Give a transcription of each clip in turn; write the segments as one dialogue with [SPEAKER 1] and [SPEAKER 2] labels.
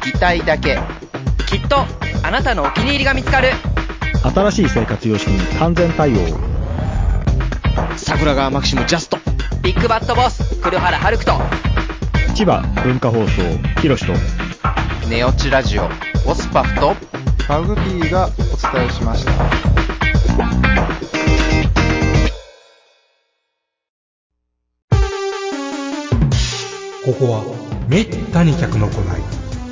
[SPEAKER 1] 聞きたいだけきっとあなたのお気に入りが見つかる
[SPEAKER 2] 新しい生活様式に完全対応。
[SPEAKER 3] 桜川マキシムジャスト
[SPEAKER 1] ビッグバットボス黒原遥人
[SPEAKER 2] 千葉文化放送、ひろしと。
[SPEAKER 1] ネオチラジオオスパフと
[SPEAKER 4] マグピーがお伝えしました。
[SPEAKER 5] ここはめったに客の来ない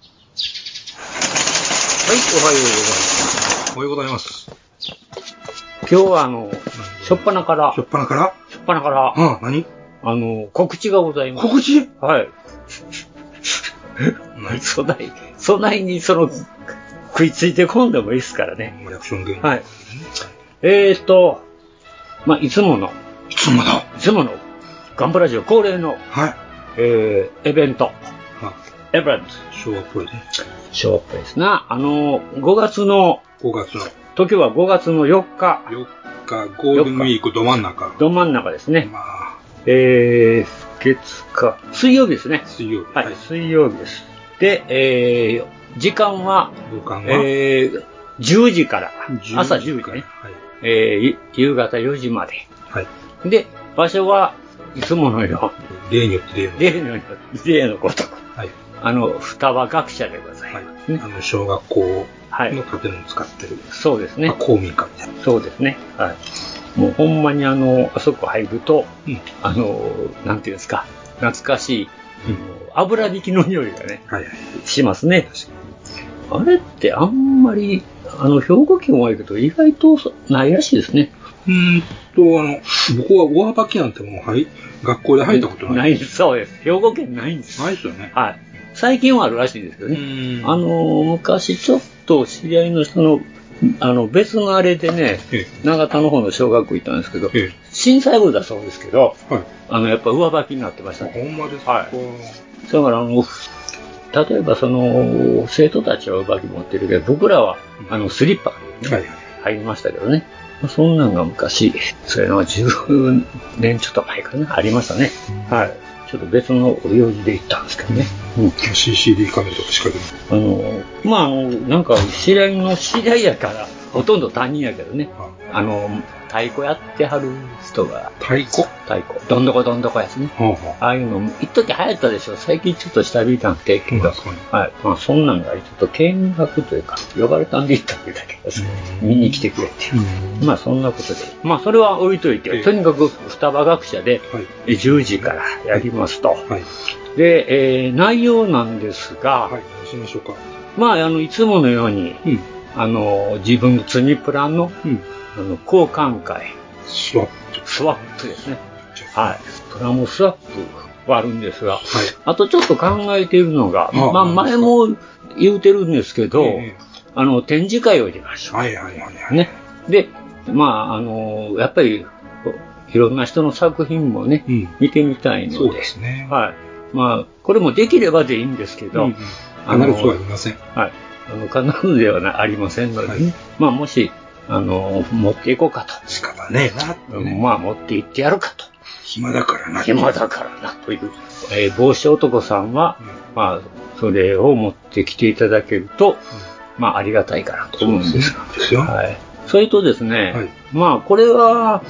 [SPEAKER 6] はい、おはようございます。
[SPEAKER 5] おはようございます
[SPEAKER 6] 今日はあの、しょっぱなから、
[SPEAKER 5] ょっぱなから
[SPEAKER 6] しょっぱなから、
[SPEAKER 5] ああ何
[SPEAKER 6] あの、告知がございます。
[SPEAKER 5] 知
[SPEAKER 6] はい。そない、そないにその、食いついてこんでもいいですからね。
[SPEAKER 5] リアクションゲーム。
[SPEAKER 6] はい。えーと、まあ、いつもの、
[SPEAKER 5] いつもだ。
[SPEAKER 6] いつもの、ガンプラジオ恒例の、
[SPEAKER 5] はい。
[SPEAKER 6] えー、イベント、
[SPEAKER 5] ま
[SPEAKER 6] エブランズ、
[SPEAKER 5] あ、昭和っぽいね。
[SPEAKER 6] ショープですな。あの、5月の、
[SPEAKER 5] 5月の
[SPEAKER 6] 時は5月の4日、
[SPEAKER 5] 4日、ゴールデンウィークど真ん中。
[SPEAKER 6] ど真ん中ですね。
[SPEAKER 5] まあ、
[SPEAKER 6] えー、月か、水曜日ですね。
[SPEAKER 5] 水曜日。
[SPEAKER 6] はい、水曜日です。で、えー、時間は、
[SPEAKER 5] 時間は、
[SPEAKER 6] えー、10時から、朝10時
[SPEAKER 5] から
[SPEAKER 6] ね、
[SPEAKER 5] はい。
[SPEAKER 6] えーゆ夕方4時まで。
[SPEAKER 5] はい。
[SPEAKER 6] で、場所はいつものよ
[SPEAKER 5] 例によって例の
[SPEAKER 6] う、。例のよう、例のごとく、
[SPEAKER 5] はい。
[SPEAKER 6] あの、双葉学者でござい
[SPEAKER 5] はい
[SPEAKER 6] ますね。。
[SPEAKER 5] あの、小学校
[SPEAKER 6] はい
[SPEAKER 5] の建物を使ってる。
[SPEAKER 6] そうですね
[SPEAKER 5] まあ、。公民館みたいな。
[SPEAKER 6] そうですね。はい。もうほんまにあの、あそこ入ると、
[SPEAKER 5] うん
[SPEAKER 6] あの、なんていうんですか、懐かしい、油引きの匂いがね、
[SPEAKER 5] はいはい。
[SPEAKER 6] しますね。あれってあんまり、あの、兵庫県はいるけど、意外とそないらしいですね。
[SPEAKER 5] うーんと、あの、僕は大幅機なんてもう、はい、学校で入ったことない。
[SPEAKER 6] ないそうです。兵庫県ないんです。
[SPEAKER 5] ないですよね。
[SPEAKER 6] はい。最近はあるらしいですけど
[SPEAKER 5] う
[SPEAKER 6] ね。
[SPEAKER 5] ーん。
[SPEAKER 6] あの、昔ちょっと知り合いの人の、あの、別のあれでね、
[SPEAKER 5] え
[SPEAKER 6] 長田の方の小学校行ったんですけど
[SPEAKER 5] え、え
[SPEAKER 6] 震災後だそうですけど、
[SPEAKER 5] え。はい。
[SPEAKER 6] あの、やっぱ上履きになってました
[SPEAKER 5] あ
[SPEAKER 6] ね。
[SPEAKER 5] ほんまですか。
[SPEAKER 6] はいだからあの、例えばその、生徒たちは上履き持ってるけど、僕らはあの、スリッパ
[SPEAKER 5] はい。
[SPEAKER 6] 入りましたけどね。そんなんが昔、そういうのは10年ちょっと前かな、ありましたね。はい。ちょっと別の用事で行ったんですけどね。うん。
[SPEAKER 5] CCD カメラとか仕掛けて
[SPEAKER 6] あの、まあ、あの、なんか、知り合いの知り合いやから、ほとんど他人やけどね。
[SPEAKER 5] あ
[SPEAKER 6] あの、太鼓やってはる人が、
[SPEAKER 5] 太鼓
[SPEAKER 6] 太鼓。どんどこどんどこやつね。
[SPEAKER 5] はあはあ。
[SPEAKER 6] ああいうの、一時流行ったでしょ。最近ちょっと下火なくて、
[SPEAKER 5] そう
[SPEAKER 6] け
[SPEAKER 5] なん
[SPEAKER 6] ど
[SPEAKER 5] です。かね。
[SPEAKER 6] はい。まあ、そんなんが、ちょっと見学というか、呼ばれたんで行ったってだけです。見に来てくれっていう。
[SPEAKER 5] うん。
[SPEAKER 6] まあそんなことで。まあそれは置いとい
[SPEAKER 5] え
[SPEAKER 6] て、
[SPEAKER 5] え
[SPEAKER 6] とにかく双葉学者で
[SPEAKER 5] はい。
[SPEAKER 6] え10時からやりますと。
[SPEAKER 5] はい。
[SPEAKER 6] で、えー内容なんですが、
[SPEAKER 5] はい。どうしましょうか。
[SPEAKER 6] まああの、いつものように、
[SPEAKER 5] うん。
[SPEAKER 6] あの、自分の積みプランの
[SPEAKER 5] うん。
[SPEAKER 6] あの交換会、
[SPEAKER 5] スワッ
[SPEAKER 6] スワップですね。はい。プラモスワップはあるんですが、
[SPEAKER 5] プ。はい。
[SPEAKER 6] あとちょっと考えているのが、
[SPEAKER 5] あ
[SPEAKER 6] まあ
[SPEAKER 5] なんです
[SPEAKER 6] 前
[SPEAKER 5] か
[SPEAKER 6] も言うてるんですけど、
[SPEAKER 5] え
[SPEAKER 6] あの、展示会をやりまし
[SPEAKER 5] え。
[SPEAKER 6] ょう
[SPEAKER 5] はいはいはいはい。
[SPEAKER 6] ね。で、まあ、あの、やっぱり、いろんな人の作品もね、
[SPEAKER 5] うん。
[SPEAKER 6] 見てみたいので、
[SPEAKER 5] そうですね。
[SPEAKER 6] はい。まあ、これもできればでいいんですけど、
[SPEAKER 5] うんうん
[SPEAKER 6] あの
[SPEAKER 5] 必ずとは言いません。
[SPEAKER 6] はい。あの、必ずではなありませんので、ね
[SPEAKER 5] はい
[SPEAKER 6] まあ、もし、あの、持っていこうか
[SPEAKER 5] 仕方ねえなって
[SPEAKER 6] と。
[SPEAKER 5] ね。
[SPEAKER 6] まあ、持って行ってやるかと。
[SPEAKER 5] 暇だからな。
[SPEAKER 6] 暇だからな、という。えー帽子男さんは、まあ、それを持ってきていただけると、まあ、ありがたいかなと思うんですが。
[SPEAKER 5] ですよ。
[SPEAKER 6] はい。それとですね、
[SPEAKER 5] はい
[SPEAKER 6] まあ、これは、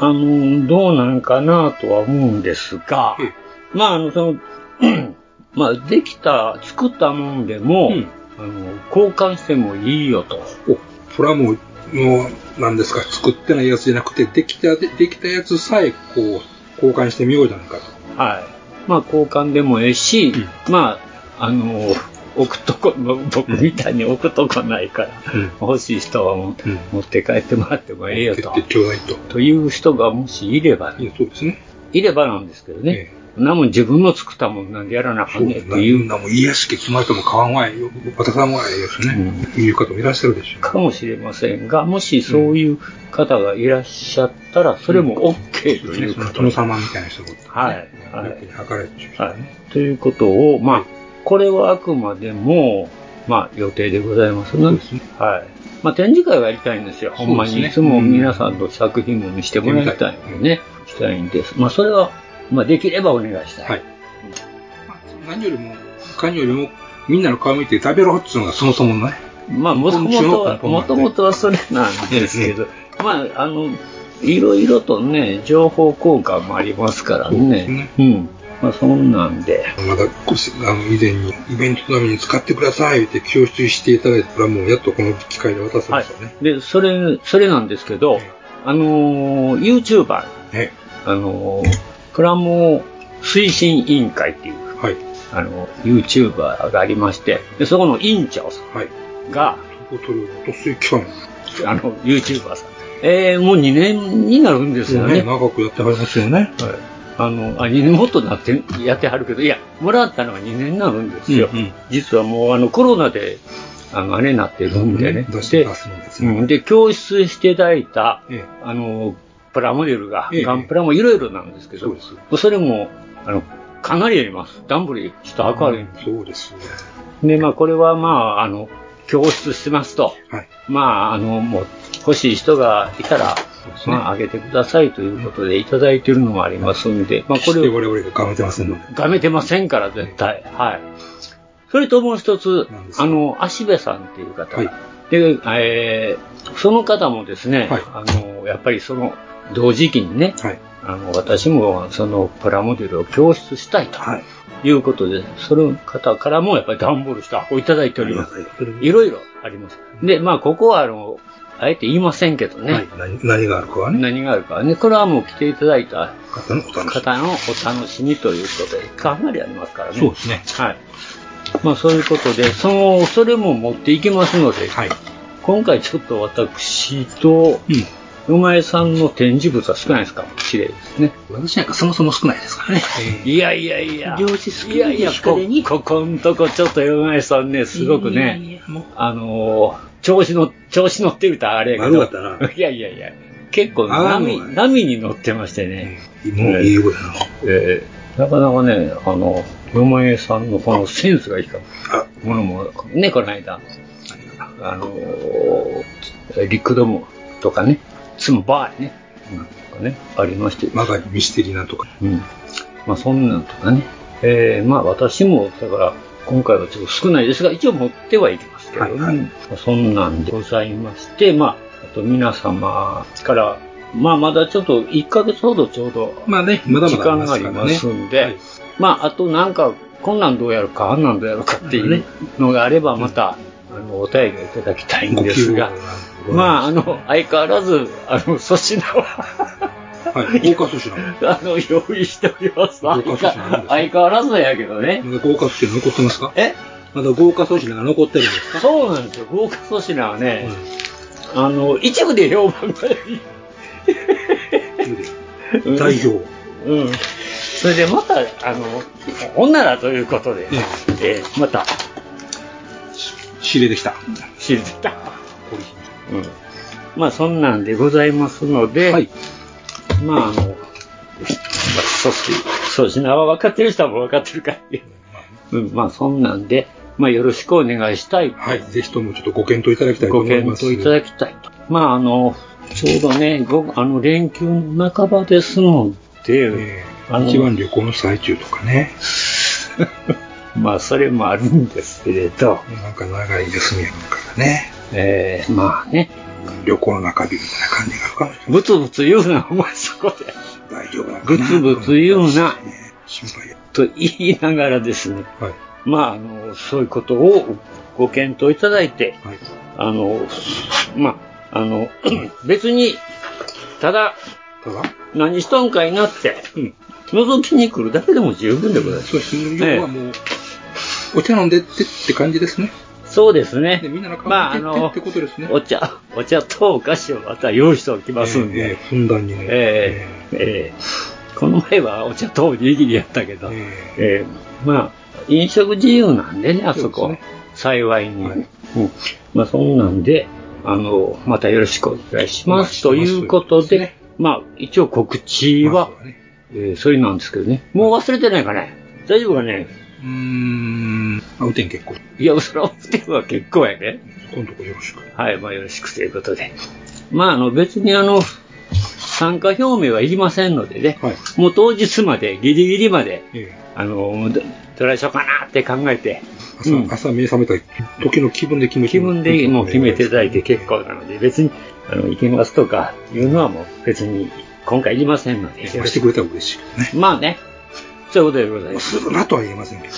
[SPEAKER 6] あの、どうなんかなとは思うんですが、
[SPEAKER 5] え
[SPEAKER 6] まあ、あの、その、 まあ、できた、作ったもんでも、
[SPEAKER 7] うん
[SPEAKER 6] あの交換してもいいよと。
[SPEAKER 7] お、これはもう、もう、なんですか、作ってないやつじゃなくて、できた、でできたやつさえ、こう、交換してみようじゃないかと。
[SPEAKER 6] はい。まあ、交換でもええし、まあ、あの、置くとこ、僕みたいに置くとこないから、
[SPEAKER 7] うん
[SPEAKER 6] 欲しい人はもう
[SPEAKER 7] うん
[SPEAKER 6] 持って帰ってもらってもええよと
[SPEAKER 7] 言っ。てちょうだいと。
[SPEAKER 6] という人がもしいれば、
[SPEAKER 7] いやそうですね。
[SPEAKER 6] いればなんですけどね
[SPEAKER 7] え、
[SPEAKER 6] そんなもん自分の作ったもんなんでやらなあか
[SPEAKER 7] そうん
[SPEAKER 6] ねん
[SPEAKER 7] で
[SPEAKER 6] っ
[SPEAKER 7] す
[SPEAKER 6] て
[SPEAKER 7] ね。
[SPEAKER 6] い
[SPEAKER 7] いううなもう、いやしき妻とも買わんわいよ、渡さんわいですね。いう方もいらっしゃるでしょう。
[SPEAKER 6] かもしれませんが、もしそういう方がいらっしゃったら、それも OK という
[SPEAKER 7] そ
[SPEAKER 6] こ
[SPEAKER 7] の
[SPEAKER 6] と
[SPEAKER 7] 殿様みたいな人も、
[SPEAKER 6] はい。は
[SPEAKER 7] よ
[SPEAKER 6] い
[SPEAKER 7] く。測れてる
[SPEAKER 6] はい、ということを、まあ、これはあくまでも、まあ、予定でございますが、はい。まあ、展示会はやりたいんですよ。ほんま
[SPEAKER 7] そう
[SPEAKER 6] に。
[SPEAKER 7] で
[SPEAKER 6] いつ
[SPEAKER 7] すね
[SPEAKER 6] も皆さんと作品も見せてもらいたいんでね、したいんです。まあ、それは、まあ、できればお願いしたい。
[SPEAKER 7] はいまあ何よりも、何よりも、みんなの顔見て食べろっつうのがそもそもね。
[SPEAKER 6] まあ、もともとは、
[SPEAKER 7] 今
[SPEAKER 6] も
[SPEAKER 7] 週の
[SPEAKER 6] ともとはそれなんですけど、まあ、あの、いろいろとね、情報交換もありますから
[SPEAKER 7] そうです
[SPEAKER 6] ね
[SPEAKER 7] ね。
[SPEAKER 6] うん。まあ、そんなんで。
[SPEAKER 7] まだ、こしあの、以前に、イベントのために使ってくださいって供出していただいたから、もうやっとこの機会で渡せま
[SPEAKER 6] はい
[SPEAKER 7] したね。。
[SPEAKER 6] で、それ、それなんですけど、あのー、YouTuber、
[SPEAKER 7] ね。
[SPEAKER 6] あのー、プラモ推進委員会っていう、
[SPEAKER 7] はい。
[SPEAKER 6] あのー、YouTuber がありまして、で、そこの委員長さ
[SPEAKER 7] はい。
[SPEAKER 6] んが、
[SPEAKER 7] おとり落とすいきは
[SPEAKER 6] あの、YouTuber さん。えー、もう2年になるんですよね。
[SPEAKER 7] 長くやってはりますよね。
[SPEAKER 6] はいあの、あ、2年もっとなって、やってはるけど、いや、もらったのは2年になるんですよ。
[SPEAKER 7] うんうん
[SPEAKER 6] 実はもう、あの、コロナで、あの、あれになってるんでね。
[SPEAKER 7] 出して出すんです
[SPEAKER 6] う
[SPEAKER 7] ね。
[SPEAKER 6] ん、で、教室していただいた、
[SPEAKER 7] ええ
[SPEAKER 6] あの、プラモデルが、
[SPEAKER 7] ええ
[SPEAKER 6] ガンプラもいろいろなんですけ
[SPEAKER 7] そう
[SPEAKER 6] ど
[SPEAKER 7] で、す。
[SPEAKER 6] それも、あの、かなりやります。ダンブリ、ちょっとアクアレン。
[SPEAKER 7] そうですね。
[SPEAKER 6] で、まあ、これはまあ、あの、教室してますと、
[SPEAKER 7] はい。
[SPEAKER 6] まあ、あの、もう、欲しい人がいたら、
[SPEAKER 7] すね
[SPEAKER 6] まあ、あげてくださいということで、いただいてるのもありますんで、まあ、こ
[SPEAKER 7] こ
[SPEAKER 6] れ
[SPEAKER 7] れ
[SPEAKER 6] を
[SPEAKER 7] 我々が頑張ってますので。
[SPEAKER 6] がめてませんから、絶対。はい。それともう一つ
[SPEAKER 7] 何で、すか
[SPEAKER 6] あの、足部さんっていう方が、
[SPEAKER 7] はい
[SPEAKER 6] で、えーその方もですね、
[SPEAKER 7] はい
[SPEAKER 6] あの、やっぱりその、同時期にね、
[SPEAKER 7] はい。
[SPEAKER 6] あの、私もそのプラモデルを教室したいと
[SPEAKER 7] はい。
[SPEAKER 6] いうことで、その方からもやっぱり段ボールした箱をいただいております。いろいろあります。で、まあ、ここはあの、あえて言いませんけどね、
[SPEAKER 7] はい。何何があるかはね、
[SPEAKER 6] 何があるかね、これはもう来ていただいた
[SPEAKER 7] 方のお楽し
[SPEAKER 6] 方のお楽しみということで、かなりありますからね。
[SPEAKER 7] み。そうですね。
[SPEAKER 6] はい。まあそういうことで、その、それも持っていきますので、
[SPEAKER 7] はい。
[SPEAKER 6] 今回ちょっと私と、うまえさんの展示物は少ないですかもしれないですね。
[SPEAKER 7] 私なんかそもそも少ないですからね。
[SPEAKER 6] いやいやいや。
[SPEAKER 8] 漁師好き
[SPEAKER 6] いやいや、
[SPEAKER 8] ヒカ
[SPEAKER 6] こ
[SPEAKER 8] ルに、
[SPEAKER 6] ここんとこちょっとうまえさんね、すごく
[SPEAKER 8] いやい
[SPEAKER 6] ね、
[SPEAKER 8] やいやもう
[SPEAKER 6] あのー調子の、調子乗ってるとあれやけど、
[SPEAKER 7] 悪かった な
[SPEAKER 6] いやいやいや、結構
[SPEAKER 7] ああもう
[SPEAKER 6] 波、波に乗ってましてね。
[SPEAKER 7] もういいことなの。
[SPEAKER 6] えーなかなかね、あの、よもえさんのこのセンスが光るものも、ね、この間、あのー、リックドムとかね、ツムバーね、うんとかね、ありまして、
[SPEAKER 7] まがミステリーなとか。
[SPEAKER 6] うん。まあ、そんなんとかね、えーまあ、私も、だから、今回はちょっと少ないですが、一応持ってはいきますけど、ね
[SPEAKER 7] はいはい
[SPEAKER 6] まあそんなんでございまして、まあ、あと皆様から、まあ、まだちょっと1ヶ月ほどちょうど、
[SPEAKER 7] まあね、まだま
[SPEAKER 6] 時
[SPEAKER 7] だ
[SPEAKER 6] 間がありますんで、
[SPEAKER 7] はい
[SPEAKER 6] まあ、あとなんか、こんなんどうやるか、あんなんどうやるかっていうのがあれば、また、あの、お便りをいただきたいんですが、まあ、あの、相変わらず、あの、粗品は、
[SPEAKER 7] はい、豪華寿司なの。
[SPEAKER 6] あの、用意しております。
[SPEAKER 7] 豪
[SPEAKER 6] 相
[SPEAKER 7] 華寿司なんですね
[SPEAKER 6] 変わらずやけどね。
[SPEAKER 7] まだ豪華寿司が残ってますか
[SPEAKER 6] え
[SPEAKER 7] まだ豪華寿司が残ってるんですか
[SPEAKER 6] そうなんですよ。豪華粗品はね、あの、一部で評判がいい。
[SPEAKER 7] うん代表。
[SPEAKER 6] うん。それでまた、あの、女だということで、えーまた、
[SPEAKER 7] 仕入れてきた。
[SPEAKER 6] 知れてた。うん。まあ、そんなんでございますので、
[SPEAKER 7] はい
[SPEAKER 6] まあ、あの、まあ、組織、そうしなは分かってる人はもう分かってるからっていう。うん、まあ、そんなんで、まあ、よろしくお願いしたい。
[SPEAKER 7] はい、ぜひともちょっとご検討いただきたいと
[SPEAKER 6] ご
[SPEAKER 7] 思い
[SPEAKER 6] 検
[SPEAKER 7] ます。
[SPEAKER 6] 討いただきたいと。まあ、あの、ちょうどね、ごあの、連休の半ばですので、
[SPEAKER 7] え
[SPEAKER 6] あ
[SPEAKER 7] ー
[SPEAKER 6] の
[SPEAKER 7] 一番旅行の最中とかね、
[SPEAKER 6] まあ、それもあるんですけれど、
[SPEAKER 7] なんか長い休みやるからね、
[SPEAKER 6] えー、まあね、
[SPEAKER 7] 旅行の中日みたいな感じがあるかもし
[SPEAKER 6] ぶつぶつ言うな、お前そこで。
[SPEAKER 7] れない。大丈夫だ
[SPEAKER 6] ぶつぶつ言うな。
[SPEAKER 7] 心配や。
[SPEAKER 6] と言いながらですね、
[SPEAKER 7] はい。
[SPEAKER 6] まあ、あの、そういうことをご検討いただいて、
[SPEAKER 7] はい。
[SPEAKER 6] あの、まあ、あの、 別に、ただ、
[SPEAKER 7] ただ、
[SPEAKER 6] 何しとんかいなって、
[SPEAKER 7] うん。
[SPEAKER 6] 覗きに来るだけでも十分でございます。
[SPEAKER 7] そうですね。要はもう、お茶飲んでってって感じですね。
[SPEAKER 6] そうですね
[SPEAKER 7] でみんなの。顔
[SPEAKER 6] まあ、あ
[SPEAKER 7] 見てって
[SPEAKER 6] の
[SPEAKER 7] ってことですね、
[SPEAKER 6] お茶、お茶とお菓子をまた用意しておきますん
[SPEAKER 7] ええええ
[SPEAKER 6] で、
[SPEAKER 7] ふんだんにね。
[SPEAKER 6] ええええこの前はお茶とおにぎりやったけど、
[SPEAKER 7] え
[SPEAKER 6] えーまあ、飲食自由なんでね、あそ
[SPEAKER 7] そ
[SPEAKER 6] こ、
[SPEAKER 7] うです
[SPEAKER 6] 幸いに、
[SPEAKER 7] はい
[SPEAKER 6] うんまあ、そんなんで、あの、またよろしくお願いします。
[SPEAKER 7] お
[SPEAKER 6] と
[SPEAKER 7] 願いします
[SPEAKER 6] いうことで、
[SPEAKER 7] ね
[SPEAKER 6] まあ、一応告知
[SPEAKER 7] えま
[SPEAKER 6] は
[SPEAKER 7] ず、はね。
[SPEAKER 6] えーそういうなんですけどね。もう忘れてないかね。大丈夫かね。
[SPEAKER 7] うーん。あ、雨天結構。
[SPEAKER 6] いや、それは、ては結構やね。
[SPEAKER 7] 今度こよろしく。
[SPEAKER 6] はい、まあ、よろしくということで。まあ、あの、別にあの、参加表明はいりませんのでね、
[SPEAKER 7] はい
[SPEAKER 6] もう当日まで、ギリギリまで、
[SPEAKER 7] ええ
[SPEAKER 6] あの、どどれしようかなって考えて、
[SPEAKER 7] 朝、
[SPEAKER 6] うん
[SPEAKER 7] 朝目覚めた時の気分で決めて
[SPEAKER 6] 気分でもう決めていただいて結構なので、別に、あの、行けますとかいうのはもう別に今回いりませんので、
[SPEAKER 7] やらせてくれたら嬉しいけどね。
[SPEAKER 6] まあね、そういうことでござい
[SPEAKER 7] まあ
[SPEAKER 6] ます。
[SPEAKER 7] するなとは言えませんけど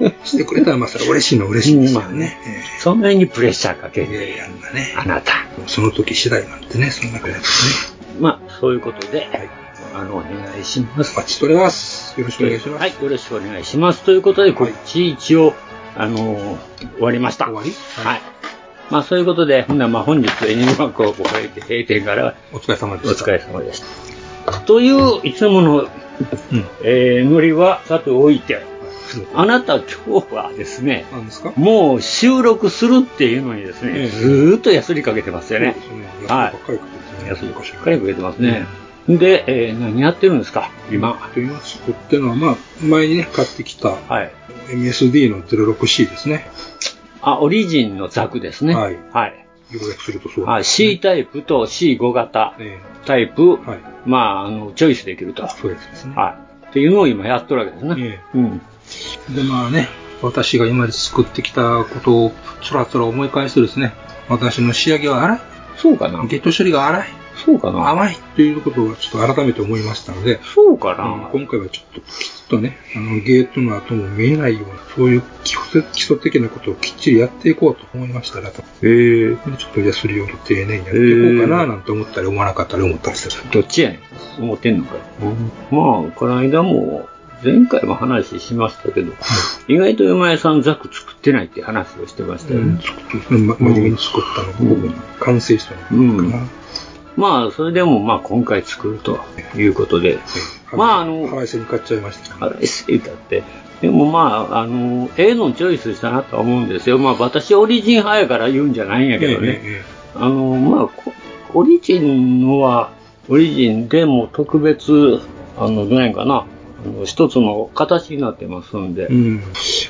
[SPEAKER 7] ね。してくれたらまあそれは嬉しいのは嬉しいんですけど
[SPEAKER 6] うんまあ
[SPEAKER 7] ね
[SPEAKER 6] ね。そんなにプレッシャーかけ
[SPEAKER 7] ええいや
[SPEAKER 6] て、
[SPEAKER 7] いや、あんなね。
[SPEAKER 6] あなた。
[SPEAKER 7] その時次第なんてね、そんなことですね。
[SPEAKER 6] まあ、そういうことで、
[SPEAKER 7] はい。
[SPEAKER 6] あの、お願いします
[SPEAKER 7] お。待ちしております。よろしくお願いします。
[SPEAKER 6] はい、よろしくお願いします。ということで、告知一応、あのー終わりました。
[SPEAKER 7] 終わり
[SPEAKER 6] はい。まあ、そういうことで、ほんならまあ本日エニグマ高校を終えて閉店から
[SPEAKER 7] お疲れ様
[SPEAKER 6] お
[SPEAKER 7] でした。
[SPEAKER 6] 疲れ様でした。という、いつもの、えーノリはさておいて、あなた今日はですね、
[SPEAKER 7] なんですか
[SPEAKER 6] もう収録するっていうのにですね、
[SPEAKER 7] ええ
[SPEAKER 6] ずーっとやすりかけてますよね。は
[SPEAKER 7] そうですね
[SPEAKER 6] い。や
[SPEAKER 7] 安
[SPEAKER 6] す
[SPEAKER 7] い
[SPEAKER 6] り
[SPEAKER 7] ば
[SPEAKER 6] ば
[SPEAKER 7] っ
[SPEAKER 6] っ
[SPEAKER 7] かりですね
[SPEAKER 6] かりかけてますね。で、えー何やってるんですか今。
[SPEAKER 7] と言いますとってのは、まあ、前にね、買ってきた
[SPEAKER 6] はい。
[SPEAKER 7] MSD の 06C ですね。
[SPEAKER 6] あ、オリジンのザクですね。
[SPEAKER 7] はい
[SPEAKER 6] はい。
[SPEAKER 7] 要約するとそう
[SPEAKER 6] あ
[SPEAKER 7] です。
[SPEAKER 6] C タイプと C5 型
[SPEAKER 7] え
[SPEAKER 6] タイプ、
[SPEAKER 7] はい
[SPEAKER 6] まあ、あの、チョイスできると。
[SPEAKER 7] えそうですね。
[SPEAKER 6] はい。っていうのを今やっとるわけですね。
[SPEAKER 7] え
[SPEAKER 6] うん。
[SPEAKER 7] で、まあね、私が今まで作ってきたことをつらつら思い返すとですね、私の仕上げは荒い。
[SPEAKER 6] そうかな
[SPEAKER 7] ゲット処理が荒い。
[SPEAKER 6] そうかな
[SPEAKER 7] 甘いということをちょっと改めて思いましたので、
[SPEAKER 6] そうか
[SPEAKER 7] うん
[SPEAKER 6] な、
[SPEAKER 7] 今回はちょっときちっとね、あのゲートの後も見えないような、そういう基礎基礎的なことをきっちりやっていこうと思いましたら、と
[SPEAKER 6] えー、
[SPEAKER 7] ちょっとじゃあそれを丁寧にやっていこうかななんて思ったり思わなかったり思ったりしてた。
[SPEAKER 6] どっちやねん。思ってんのかい。まあ、この間も、前回も話しましたけ ど、意外と山家さんザク作ってないって話をしてましたよね。
[SPEAKER 7] 作ってま真面目に作ったのが、
[SPEAKER 6] うん
[SPEAKER 7] 完成したのかな。
[SPEAKER 6] うんまあ、それでもまあ今回作るということで、まああの
[SPEAKER 7] ハワイ戦に買っちゃいましたけど、
[SPEAKER 6] あれすぎたって。でもまあ、あの、ええのチョイスしたなとは思うんですよ。まあ私オリジン派やから言うんじゃないんやけどね。
[SPEAKER 7] えええ
[SPEAKER 6] あの、まあ、こオリジンのは、オリジンでも特別、あの、どうなんかな、あの一つの形になってますんで
[SPEAKER 7] え、うん。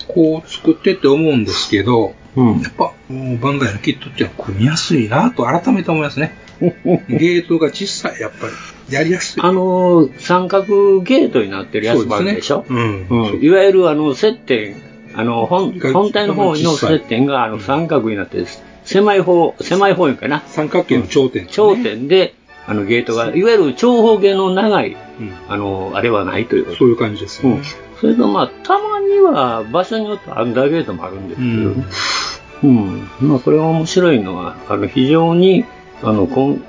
[SPEAKER 7] こう作ってって思うんですけど、
[SPEAKER 6] うん
[SPEAKER 7] やっぱ、もうバンダイのキットっていうのは組みやすいなと改めて思いますね。ゲートが小さい、やっぱり。やりやすい。
[SPEAKER 6] あの、三角ゲートになってるやつもあるでしょ。
[SPEAKER 7] そうですねうん
[SPEAKER 6] うんいわゆる、あの、接点、あの、本
[SPEAKER 7] が
[SPEAKER 6] 本体の方の
[SPEAKER 7] 小さい
[SPEAKER 6] 接点が、あの、三角になってる、狭い方、狭い方やんかな。
[SPEAKER 7] 三角形の頂点、
[SPEAKER 6] 頂点で、あの、ゲートが、いわゆる長方形の長い、
[SPEAKER 7] うん
[SPEAKER 6] あの、あれはないということ
[SPEAKER 7] そういう感じですよね。
[SPEAKER 6] それとまあ、たまには場所によってアンダーゲートもあるんですけどね。うん。まあ、これは面白いのは、あの、非常に、あの、こん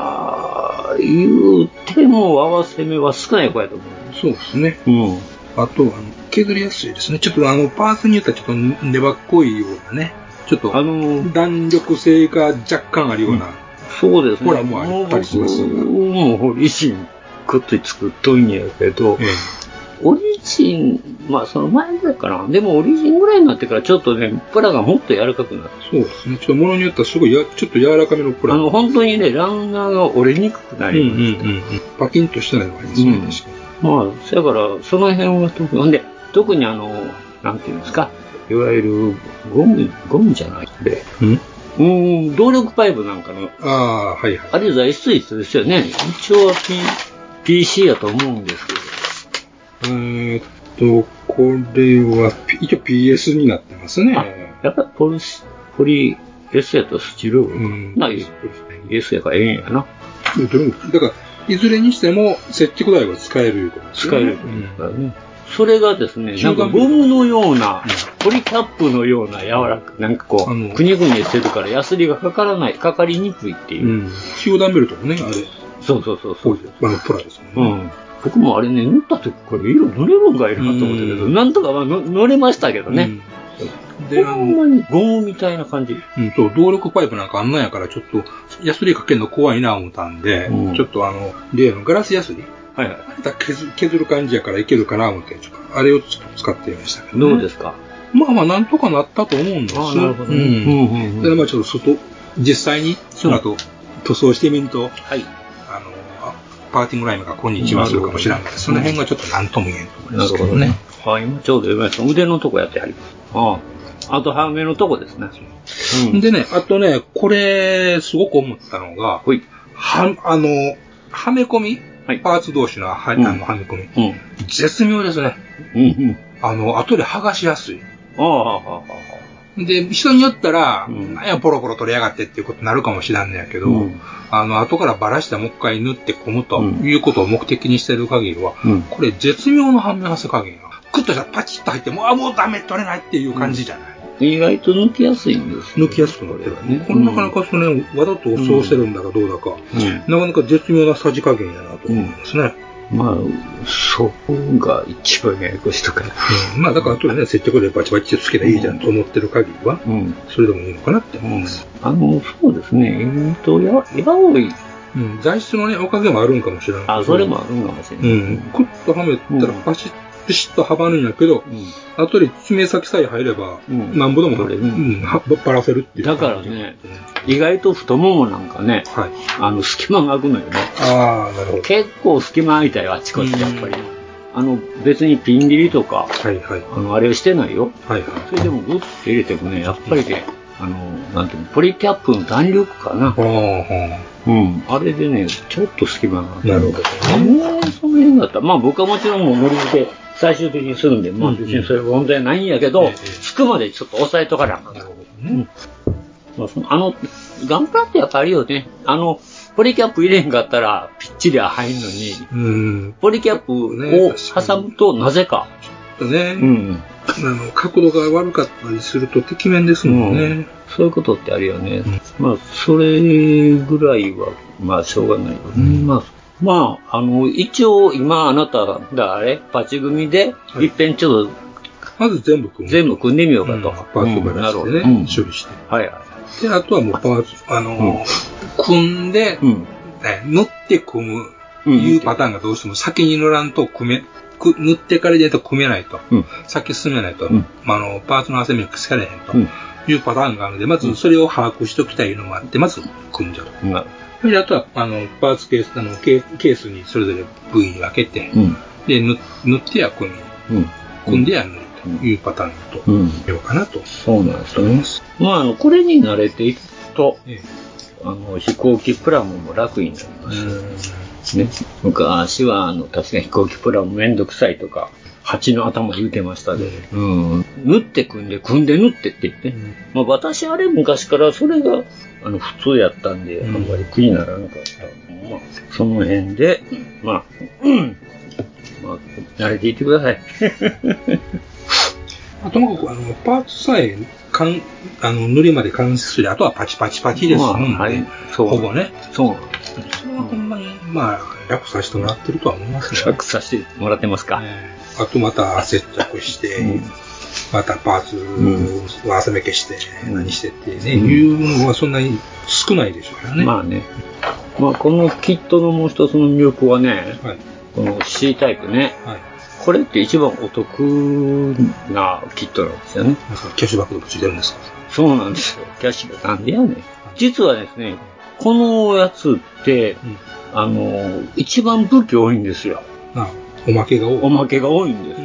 [SPEAKER 6] まあ、言うても合わせ目は少ない子やと思
[SPEAKER 7] そうですね。
[SPEAKER 6] う。うん。
[SPEAKER 7] あと、あの削りやすいですね。ちょっとあの、パーツによってはちょっと粘っこいようなね。ちょっと
[SPEAKER 6] あの、
[SPEAKER 7] 弾力性が若干あるような。
[SPEAKER 6] そうですね。
[SPEAKER 7] ほらもうあれパリします
[SPEAKER 6] もう僕もリジンくっつい作っとんやけど、
[SPEAKER 7] ええ
[SPEAKER 6] オリジン、まあその前ぐらいかな。でもオリジンぐらいになってからちょっとね、プラがもっと柔らかくなって
[SPEAKER 7] そうですね。ちょっと物によってはすごいや、ちょっと柔らかめのプ
[SPEAKER 6] あ
[SPEAKER 7] ラン。
[SPEAKER 6] の、本当にね、ランナーが折れにくくな
[SPEAKER 7] うんうん
[SPEAKER 6] りまし
[SPEAKER 7] うんうん。パキンとしてないのがありますね。
[SPEAKER 6] うん
[SPEAKER 7] 確かに
[SPEAKER 6] た。まあ、そやから、その辺は特に、ほんで、特にあの、なんていうんですか、いわゆる、ゴム、ゴムじゃないんで、
[SPEAKER 7] うん
[SPEAKER 6] うーん、動力パイプなんかの、
[SPEAKER 7] ああ、はいはい。
[SPEAKER 6] あれ材質一緒ですよね。一応は P、PC やと思うんですけど。
[SPEAKER 7] えーっと、これは、P- 一応 PS になってますね。
[SPEAKER 6] やっぱりポリス、ポリ、S やとスチロール
[SPEAKER 7] う
[SPEAKER 6] か。
[SPEAKER 7] ん
[SPEAKER 6] な、S やからええんやな。
[SPEAKER 7] でもだから、いずれにしても、接着剤は使えるいうことです
[SPEAKER 6] 使
[SPEAKER 7] よね
[SPEAKER 6] えるということだね。それがですね、なんかゴムのような、ポリキャップのような柔らか、なんかこ
[SPEAKER 7] あ
[SPEAKER 6] う、
[SPEAKER 7] の
[SPEAKER 6] くにゃくにゃしてるから、ヤスリがかからない、かかりにくいっていう。
[SPEAKER 7] うん。集団ベルトもね、あれ、
[SPEAKER 6] そうそうそうそ
[SPEAKER 7] ポ
[SPEAKER 6] う
[SPEAKER 7] リ。あの、プラですもんね。
[SPEAKER 6] うん。僕もあれね、塗った時これ色塗れるんかいなと思ったけど、
[SPEAKER 7] うん
[SPEAKER 6] なんとかまあの塗れましたけどね。
[SPEAKER 7] うん。で、あ
[SPEAKER 6] ほん
[SPEAKER 7] の、
[SPEAKER 6] まにゴムみたいな感じ。
[SPEAKER 7] うんと、動力パイプなんかあんなんやから、ちょっと、ヤスリかけるの怖いな思ったんで、
[SPEAKER 6] うん
[SPEAKER 7] ちょっとあの、例のガラスヤスリ、
[SPEAKER 6] はいはい。
[SPEAKER 7] あれだ削削る感じやからいけるかな思って、ちょっとあれをちょっと使ってみましたけど、
[SPEAKER 6] どうですか、
[SPEAKER 7] まあまあ、なんとかなったと思うんです。
[SPEAKER 6] ああ、なるほどね。
[SPEAKER 7] うん。
[SPEAKER 6] うんうんうん
[SPEAKER 7] ただまあ、ちょっと外、実際に、その後、塗装してみると、
[SPEAKER 6] はい。
[SPEAKER 7] あの、あパーティングライムがこんにちはするかもしれないけど、その辺がちょっと何とも言えんところですけどね。。
[SPEAKER 6] はい、今ちょうど言いました。腕のとこやってはります。ああ。あと半目のとこですね。うん。
[SPEAKER 7] でね、あとね、これ、すごく思ったのが、
[SPEAKER 6] ほい。
[SPEAKER 7] は、あの、はめ込み、
[SPEAKER 6] はい
[SPEAKER 7] パーツ同士のは,、
[SPEAKER 6] うん
[SPEAKER 7] あのはめ込み、
[SPEAKER 6] うん。
[SPEAKER 7] 絶妙ですね。
[SPEAKER 6] うんうん。
[SPEAKER 7] あの、後で剥がしやすい。
[SPEAKER 6] ああ、ああ、ああ。
[SPEAKER 7] で、人によったら、
[SPEAKER 6] うん
[SPEAKER 7] なんやポロポロ取りやがってっていうことになるかもしれんのやけど、
[SPEAKER 6] うん
[SPEAKER 7] あの、後からバラしてもう一回縫って込むと
[SPEAKER 6] うん
[SPEAKER 7] いうことを目的にしてる限りは、
[SPEAKER 6] うん
[SPEAKER 7] これ絶妙のはめ合わせ加減や。クッとしたらパチッと入って、もう、あ、もうダメ取れないっていう感じじゃない。
[SPEAKER 6] 意外と抜きやすいんですよ
[SPEAKER 7] 抜きやすくなってる
[SPEAKER 6] これは
[SPEAKER 7] ね。これなかなかそれ、わざと押そうしてるんだかどうだか、
[SPEAKER 6] う
[SPEAKER 7] なかなか絶妙なさじ加減やなと思いますね。
[SPEAKER 6] ん。まあ、そこが一番ややこしいとか。
[SPEAKER 7] うんまあだから、あとでね、接着剤バチバチつけりゃいいじゃんと思ってる限りは、
[SPEAKER 6] うん。
[SPEAKER 7] それでもいいのかなって
[SPEAKER 6] う
[SPEAKER 7] 思い
[SPEAKER 6] ん
[SPEAKER 7] ます。
[SPEAKER 6] あの、そうですね。えーと、や、やおい。
[SPEAKER 7] うん。材質のね、おかげもあるんかもしれない。
[SPEAKER 6] あ、それもあるんかもしれな
[SPEAKER 7] う
[SPEAKER 6] い。
[SPEAKER 7] ん。クッとはめたら
[SPEAKER 6] うん
[SPEAKER 7] パシッ、ピシッとはまるんやけど、
[SPEAKER 6] うん
[SPEAKER 7] 後で爪先さえ入れば、
[SPEAKER 6] うん
[SPEAKER 7] なんぼでも、
[SPEAKER 6] これ
[SPEAKER 7] う
[SPEAKER 6] ね
[SPEAKER 7] ん、はばらせるっていう。
[SPEAKER 6] だからね、意外と太ももなんかね、
[SPEAKER 7] はい。
[SPEAKER 6] あの、隙間が空くのよね。
[SPEAKER 7] ああ、なるほど。
[SPEAKER 6] 結構隙間空いたよ、あちこち、やっぱり
[SPEAKER 7] うん。
[SPEAKER 6] あの、別にピン切りとか、
[SPEAKER 7] はいはい。
[SPEAKER 6] あの、あれをしてないよ。
[SPEAKER 7] はいはい。
[SPEAKER 6] それでもグッと入れてもね、やっぱりね、あの、なんていうの、ポリキャップの弾力かな
[SPEAKER 7] あ。あ、
[SPEAKER 6] うん。あれでね、ちょっと隙間が。
[SPEAKER 7] なるほど
[SPEAKER 6] ええその辺だった。まあ僕はもちろんもう無理して最終的にするんで、まあ別にそれは問題ないんやけど、つくまでちょっと押さえとかなあかん
[SPEAKER 7] なるほど
[SPEAKER 6] うんまあそのあの、ガンプラってやっぱあるよね。あの、ポリキャップ入れんかったら、ぴっちりは入んのに、
[SPEAKER 7] うん。
[SPEAKER 6] ポリキャップを挟むと、なぜか。
[SPEAKER 7] ちょっとね、
[SPEAKER 6] ん。
[SPEAKER 7] あの、角度が悪かったりすると、てきめんですもんね。
[SPEAKER 6] そういうことってあるよね。まあ、それぐらいは、まあ、しょうがないよね。まあ、まあ、あの、一応、今、あなた、だあれ、パチ組で、いっぺんちょっ
[SPEAKER 7] まず全部組
[SPEAKER 6] と、
[SPEAKER 7] む。
[SPEAKER 6] 全部組んでみようか
[SPEAKER 7] うん
[SPEAKER 6] と。
[SPEAKER 7] パーツをばらし
[SPEAKER 6] う
[SPEAKER 7] てね、
[SPEAKER 6] んなるほどうん
[SPEAKER 7] 処理して。
[SPEAKER 6] はいは
[SPEAKER 7] で、あとはもうパーツ、あのー、組ん
[SPEAKER 6] い。
[SPEAKER 7] で、
[SPEAKER 6] うん。
[SPEAKER 7] ね縫って組む、
[SPEAKER 6] うん
[SPEAKER 7] いうパターンがどうしても先に塗らんと組め、く縫ってからじゃないと組めないと。
[SPEAKER 6] うん
[SPEAKER 7] 先進めないと。
[SPEAKER 6] うん
[SPEAKER 7] まあ、あの、パーツの合わせ目がつかれへんと。
[SPEAKER 6] うん
[SPEAKER 7] いうパターンがあるので、まずそれを把握しておきたいのもあって、まず組んじゃう。
[SPEAKER 6] な
[SPEAKER 7] それで、あとは、あの、パーツケース、あの、ケーケースにそれぞれ部位に分けて、
[SPEAKER 6] うん。
[SPEAKER 7] で、縫縫ってや組み、
[SPEAKER 6] うん。
[SPEAKER 7] 組んでや塗りというパターンと、
[SPEAKER 6] うん。
[SPEAKER 7] ようかなと。
[SPEAKER 6] そうなんですね。まあ、あの、これに慣れていくと、
[SPEAKER 7] え
[SPEAKER 6] あの、飛行機プラモも楽になります。ね、昔はあの確かに飛行機プランめんどくさいとか蜂の頭言うてましたで、うん、縫って組んで組んで縫ってって言って、まあ、私あれ昔からそれがあの普通やったんで、
[SPEAKER 7] うん
[SPEAKER 6] あんまり苦にならなかった、まあ、その辺でまあ、うんまあ、慣れていってくださ い
[SPEAKER 7] まあともかく、あの、パーツさえ、かん、あの、塗りまで完成する。あとはパチパチパチですもんね。
[SPEAKER 6] まあはいそう
[SPEAKER 7] ほぼね。
[SPEAKER 6] そうなんです
[SPEAKER 7] それはほんまに、まあ、楽させてもらってるとは思いますね。
[SPEAKER 6] 楽させてもらってますか、
[SPEAKER 7] ええあとまた接着して、
[SPEAKER 6] うん
[SPEAKER 7] またパーツを合わせ目消して、
[SPEAKER 6] うん
[SPEAKER 7] 何してってね、いうのはそんなに少ないでしょうからね。
[SPEAKER 6] まあね、まあ、このキットのもう一つの魅力はね
[SPEAKER 7] はい。
[SPEAKER 6] この C タイプね
[SPEAKER 7] はい。
[SPEAKER 6] これって一番お得なキットなんですよね。
[SPEAKER 7] なんかキャッシュバックでもついてるんですか
[SPEAKER 6] そうなんですよ。キャッシュバックなんでやねん。実はですね、このやつって、
[SPEAKER 7] ん
[SPEAKER 6] あの、一番武器多いんですよ。
[SPEAKER 7] なあおまけが多い。
[SPEAKER 6] おまけが多いんです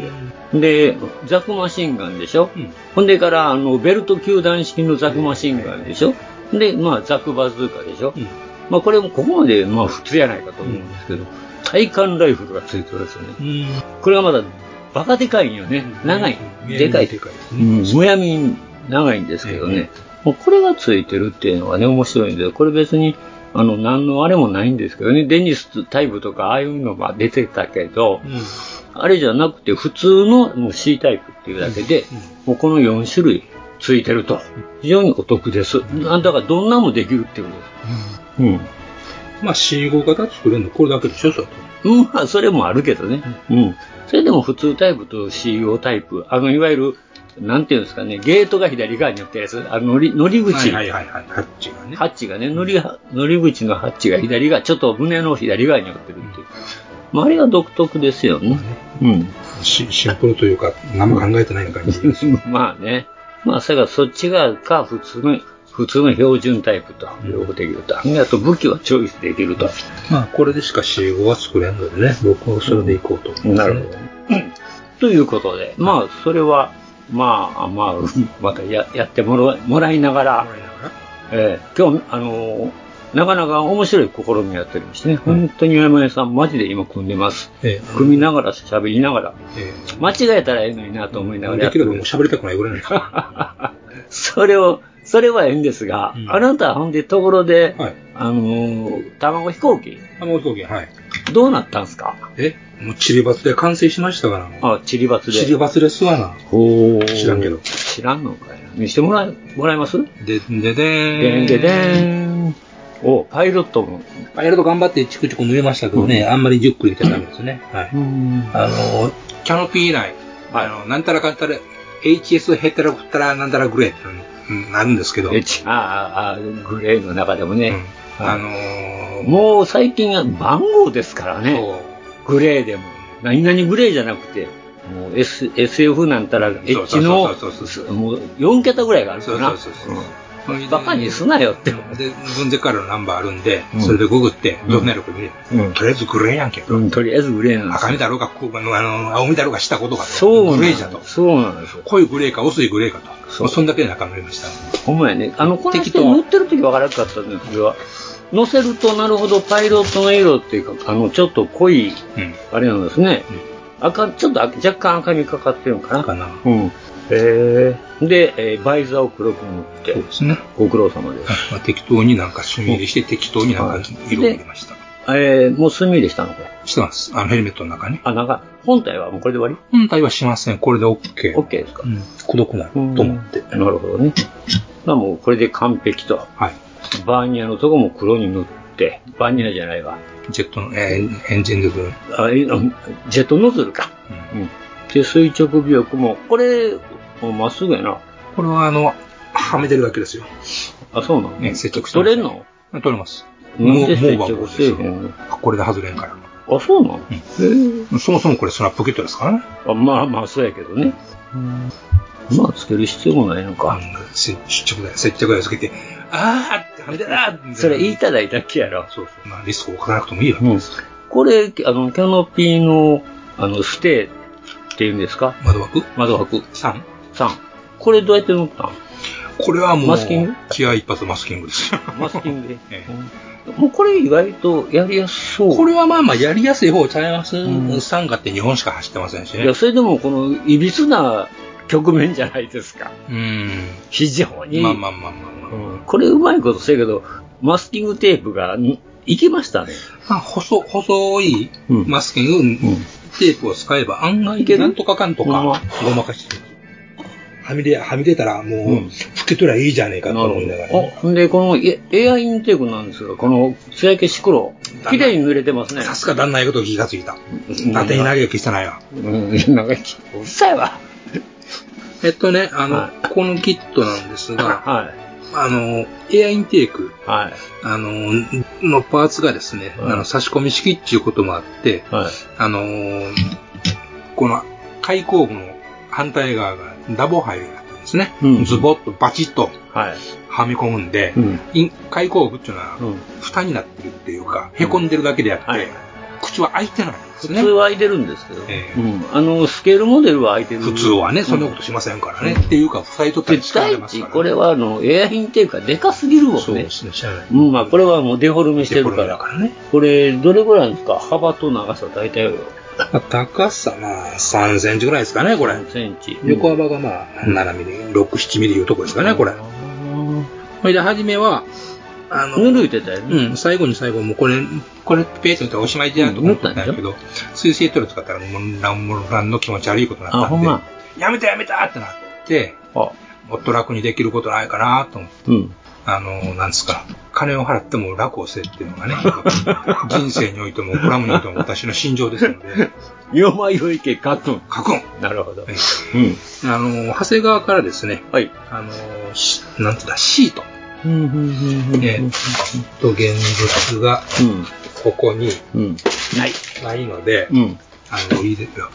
[SPEAKER 6] よ。で、ザクマシンガンでしょ、
[SPEAKER 7] うん
[SPEAKER 6] ほんでから、あの、ベルト球団式のザクマシンガンでしょで、まあ、ザクバズーカでしょ、
[SPEAKER 7] うん
[SPEAKER 6] まあ、これもここまで、まあ、普通やないかと思うんですけど、体幹ライフルがついてるんですよね。
[SPEAKER 7] うん。
[SPEAKER 6] これがまだバカでかいんよね。長い。でかい。
[SPEAKER 7] でかいです
[SPEAKER 6] う
[SPEAKER 7] ね。
[SPEAKER 6] ん、むやみに長いんですけどね。もうこれがついてるっていうのがね、面白いんで、これ別にあの、何のあれもないんですけどね、デニスタイプとかああいうのが出てたけど、
[SPEAKER 7] うん。
[SPEAKER 6] あれじゃなくて普通のもう C タイプっていうだけで、もうこの4種類ついてると、非常にお得です。あだからどんなもできるっていうことです。
[SPEAKER 7] まあ C5 型作れるのこれだけでしょ、それと。
[SPEAKER 6] うん。うんまあ、それもあるけどね。うん。それでも普通タイプと CO タイプ、あの、いわゆる、なんていうんですかね、ゲートが左側にあったやつ、あの乗り、乗り口。
[SPEAKER 7] はいはいはいはい。ハッチがね。
[SPEAKER 6] ハッチがね、乗りは、乗り口のハッチが左側、ちょっと胸の左側に寄ってるっていう。まあ、あれが独特ですよね。うん。
[SPEAKER 7] シシンプルというか、何も考えてない感じ。
[SPEAKER 6] まあね。まあ、それがそっち側か、普通の、普通の標準タイプと、両方できると。であと武器はチョイスできると。
[SPEAKER 7] まあ、これでしか C5 は作れんのでね、僕はそれでいこうと思います、
[SPEAKER 6] な
[SPEAKER 7] ね。
[SPEAKER 6] るほということで、まあ、それは、まあ、まあ、 またややってもらもらいながら、ええ今日、あのーなかなか面白い試みをやっておりましてね、本当に山根さん、マジで今組んでます。
[SPEAKER 7] ええ
[SPEAKER 6] 組みながら、喋りながら、
[SPEAKER 7] え
[SPEAKER 6] 間違えたらええのになと思いなが
[SPEAKER 7] え
[SPEAKER 6] らやっ
[SPEAKER 7] で
[SPEAKER 6] て
[SPEAKER 7] き
[SPEAKER 6] る
[SPEAKER 7] ればもう喋りたくないぐらいなんですよ
[SPEAKER 6] それを、それはええんですが、
[SPEAKER 7] うん
[SPEAKER 6] あなたはほんでところで、
[SPEAKER 7] はい。
[SPEAKER 6] あのー卵飛行機、
[SPEAKER 7] あの飛行機、はい。
[SPEAKER 6] どうなったんすか
[SPEAKER 7] えもうチリバツで完成しましたから。
[SPEAKER 6] あ、チリバツで。
[SPEAKER 7] チリバツですわな。
[SPEAKER 6] ほー
[SPEAKER 7] 知らんけど
[SPEAKER 6] 知らんのかいな。見してもらえ、もらえます
[SPEAKER 7] で、でで
[SPEAKER 6] で
[SPEAKER 7] ー
[SPEAKER 6] ん
[SPEAKER 7] ん。
[SPEAKER 6] ででん。お、パイロットも。
[SPEAKER 7] パイロット頑張ってチクチク塗れましたけどね、あんまりゆっくりいっちゃダメですね。はい。あの、キャノピー以来、
[SPEAKER 6] はい
[SPEAKER 7] あの、なんたらかんたら、HS ヘテラフタラなんたらグレーっていうのがあるんですけど、
[SPEAKER 6] え、ち、あーあー、グレーの中でも
[SPEAKER 7] う
[SPEAKER 6] ね
[SPEAKER 7] ん。あのー、
[SPEAKER 6] もう最近は番号ですからね。グレーでも。何々グレーじゃなくて、もう、S、SF なんたら、
[SPEAKER 7] そう
[SPEAKER 6] H
[SPEAKER 7] そう
[SPEAKER 6] の、
[SPEAKER 7] そうそうそうそう
[SPEAKER 6] もう4桁ぐらいがあるか
[SPEAKER 7] そう
[SPEAKER 6] ら
[SPEAKER 7] そ
[SPEAKER 6] な
[SPEAKER 7] う。そうそう。それで
[SPEAKER 6] バカにすなよって思う
[SPEAKER 7] で、分析からのナンバーあるんで、
[SPEAKER 6] うん
[SPEAKER 7] それでググって、どんな力見れ
[SPEAKER 6] うん
[SPEAKER 7] とりあえずグレーやんけど、
[SPEAKER 6] うん、とりあえずグレーなんです
[SPEAKER 7] 赤
[SPEAKER 6] よ
[SPEAKER 7] 身だろうが、こうあの、あの青身だろうがしたことが、
[SPEAKER 6] そうなん
[SPEAKER 7] グレ
[SPEAKER 6] で
[SPEAKER 7] ーじゃと。
[SPEAKER 6] すそうなんですよ。
[SPEAKER 7] 濃いグレーか薄いグレーかと。
[SPEAKER 6] そう
[SPEAKER 7] そそんだけで中になりました。
[SPEAKER 6] ほんまやね。あの、この
[SPEAKER 7] 適
[SPEAKER 6] 人
[SPEAKER 7] 当
[SPEAKER 6] 乗ってる時わからなかったんですが、乗せるとなるほどパイロットの色っていうか、あの、ちょっと濃い、
[SPEAKER 7] うん。
[SPEAKER 6] あれなんですね。赤、ちょっと赤若干赤みかかってるのかな。
[SPEAKER 7] かな。
[SPEAKER 6] うん。へえ。で、えーバイザーを黒く塗って
[SPEAKER 7] そう、ですね。
[SPEAKER 6] ご苦労様です。
[SPEAKER 7] まあ、適当になんか墨入れして、適当になんか色を入れました。
[SPEAKER 6] えー、もう墨入れしたのこれ。
[SPEAKER 7] してます。あのヘルメットの中ね。
[SPEAKER 6] あ、なんか、本体はもうこれで終わ
[SPEAKER 7] 本体はしません。これで OK。
[SPEAKER 6] り ?OK ですか
[SPEAKER 7] う。ん。くどくなると思って。
[SPEAKER 6] なるほどね。まあもうこれで完璧と。
[SPEAKER 7] はい。
[SPEAKER 6] バーニアのとこも黒に塗って、バーニアじゃないわ。
[SPEAKER 7] ジェットの、えーエンジンでブルー
[SPEAKER 6] あいいのジェットノズルか。うん。で、垂直尾翼も、これ、もうまっすぐやな。
[SPEAKER 7] これはあの、はめてるだけですよ。
[SPEAKER 6] あ、そうなの、
[SPEAKER 7] ね接着してます
[SPEAKER 6] 取れんの
[SPEAKER 7] 取れます。
[SPEAKER 6] なんで
[SPEAKER 7] もう
[SPEAKER 6] 接
[SPEAKER 7] もう
[SPEAKER 6] 着
[SPEAKER 7] は
[SPEAKER 6] せえへんの
[SPEAKER 7] これで外れんから。
[SPEAKER 6] あ、そうなの、へえ
[SPEAKER 7] そもそもこれスナップキットですからね。
[SPEAKER 6] あまあまあ、そうやけどね。まあ、つける必要もないの
[SPEAKER 7] あ
[SPEAKER 6] か。
[SPEAKER 7] の、接着剤、接着剤をつけて、あーってはめてるあー
[SPEAKER 6] それ言いただいたっけやろ。
[SPEAKER 7] そうそう。まあ、リスクを犯さなくてもいいわけ
[SPEAKER 6] うん
[SPEAKER 7] です。。
[SPEAKER 6] これ、あの、キャノピーの、あの、ステーっていうんですか
[SPEAKER 7] 窓枠
[SPEAKER 6] 窓枠
[SPEAKER 7] ?3?
[SPEAKER 6] 3。これどうやって乗っ たん
[SPEAKER 7] これはもう、
[SPEAKER 6] マスキング
[SPEAKER 7] 気合一発マスキングですよ。。
[SPEAKER 6] マスキングで
[SPEAKER 7] え
[SPEAKER 6] うんもうこれ意外とやりやすそう。
[SPEAKER 7] これはまあまあやりやすい方ちゃいます、
[SPEAKER 6] ん
[SPEAKER 7] サンガって日本しか走ってませんし
[SPEAKER 6] い
[SPEAKER 7] ね
[SPEAKER 6] や、。それでもこの、いびつな局面じゃないですか。
[SPEAKER 7] うん。
[SPEAKER 6] 非常に。
[SPEAKER 7] まあまあまあまあまあ。
[SPEAKER 6] うんこれうまいことせやけど、マスキングテープが、んいきましたね。
[SPEAKER 7] まあ、細、細い
[SPEAKER 6] うん
[SPEAKER 7] マスキング、
[SPEAKER 6] うん
[SPEAKER 7] テープを使えば案外
[SPEAKER 6] いける
[SPEAKER 7] なんとかかんとか、
[SPEAKER 6] ほんま
[SPEAKER 7] ごまかしてる。はみ出、はみ出たらもう、
[SPEAKER 6] うん
[SPEAKER 7] 吹けとりゃいいじゃねえかと思いながら、ね。
[SPEAKER 6] あんで、このエエアインテークなんですが、この、つや消し黒、綺麗に塗れてますね。
[SPEAKER 7] さすが旦那やこと気がついた。
[SPEAKER 6] うん
[SPEAKER 7] 縦に投げを消してないわ。
[SPEAKER 6] うん、なんか、うっさいわ。
[SPEAKER 7] えっとね、あの、
[SPEAKER 6] は
[SPEAKER 7] このキットなんですが、
[SPEAKER 6] はい。
[SPEAKER 7] あの、エアインテーク、
[SPEAKER 6] はい。
[SPEAKER 7] あの、のパーツがですね、
[SPEAKER 6] はい
[SPEAKER 7] あの差し込み式っていうこともあって、
[SPEAKER 6] はい。
[SPEAKER 7] あのーこの開口部の反対側がダボ入りになってるんですね。
[SPEAKER 6] うん
[SPEAKER 7] ズボッとバチッと
[SPEAKER 6] はい。
[SPEAKER 7] はみ込むんで、
[SPEAKER 6] うん。
[SPEAKER 7] イン開口部っていうのは
[SPEAKER 6] うん
[SPEAKER 7] 蓋になってるっていうか、へこんでるだけであって、
[SPEAKER 6] はい
[SPEAKER 7] 口は開いてないんで
[SPEAKER 6] 普
[SPEAKER 7] す
[SPEAKER 6] 通
[SPEAKER 7] ね。
[SPEAKER 6] は空いてるんですけど、
[SPEAKER 7] ええ
[SPEAKER 6] うん、あの、スケールモデルは空いてる。
[SPEAKER 7] 普通はね、そんなことしませんからね。っていうか、塞いとった
[SPEAKER 6] で
[SPEAKER 7] り使われ
[SPEAKER 6] 第
[SPEAKER 7] ます
[SPEAKER 6] 一、
[SPEAKER 7] から、ね。
[SPEAKER 6] これはあの、エアインテークがでかすぎるもんね。
[SPEAKER 7] そうですね、知らない。
[SPEAKER 6] うん、まあこれはもうデフォルメして
[SPEAKER 7] デフォ
[SPEAKER 6] る
[SPEAKER 7] ル
[SPEAKER 6] か
[SPEAKER 7] メだ
[SPEAKER 6] ら。
[SPEAKER 7] からね。
[SPEAKER 6] これ、どれぐらいなんですか幅と長さ大体
[SPEAKER 7] まあ高さ、まあ、3センチぐらいですかね、これ。
[SPEAKER 6] 3センチ。
[SPEAKER 7] 横幅がまあ、7ミリ、6、7ミリいうとこですかね、これ。
[SPEAKER 6] あー
[SPEAKER 7] それで、初めは、あの、
[SPEAKER 6] ぬるいてたよね。
[SPEAKER 7] うん、最後に最後、もうこれ、これ、ペースにったらおしまいじゃんと思ったんだけど、水性塗料使ったら、もう、なんもなんの気持ち悪いことにな
[SPEAKER 6] あ、
[SPEAKER 7] った
[SPEAKER 6] ほ
[SPEAKER 7] ん
[SPEAKER 6] ん
[SPEAKER 7] で、
[SPEAKER 6] ま。
[SPEAKER 7] やめたやめたってなって、
[SPEAKER 6] あ、
[SPEAKER 7] もっと楽にできることないかなと思って、
[SPEAKER 6] うん。
[SPEAKER 7] あの、なんですか、金を払っても楽をせっていうの がね、人生においても、コラムにおいても私の心情ですの で、
[SPEAKER 6] よまよいけかくん。
[SPEAKER 7] 書くん
[SPEAKER 6] なるほど。
[SPEAKER 7] え
[SPEAKER 6] うん。
[SPEAKER 7] あの、長谷川からですね、
[SPEAKER 6] はい。
[SPEAKER 7] あの、しなんていうんだ、シート。
[SPEAKER 6] うん、うん、うん
[SPEAKER 7] えー、と、現物が
[SPEAKER 6] うん。
[SPEAKER 7] ここに
[SPEAKER 6] うん。ない。
[SPEAKER 7] ないので、
[SPEAKER 6] うん。
[SPEAKER 7] あの、いいですよ。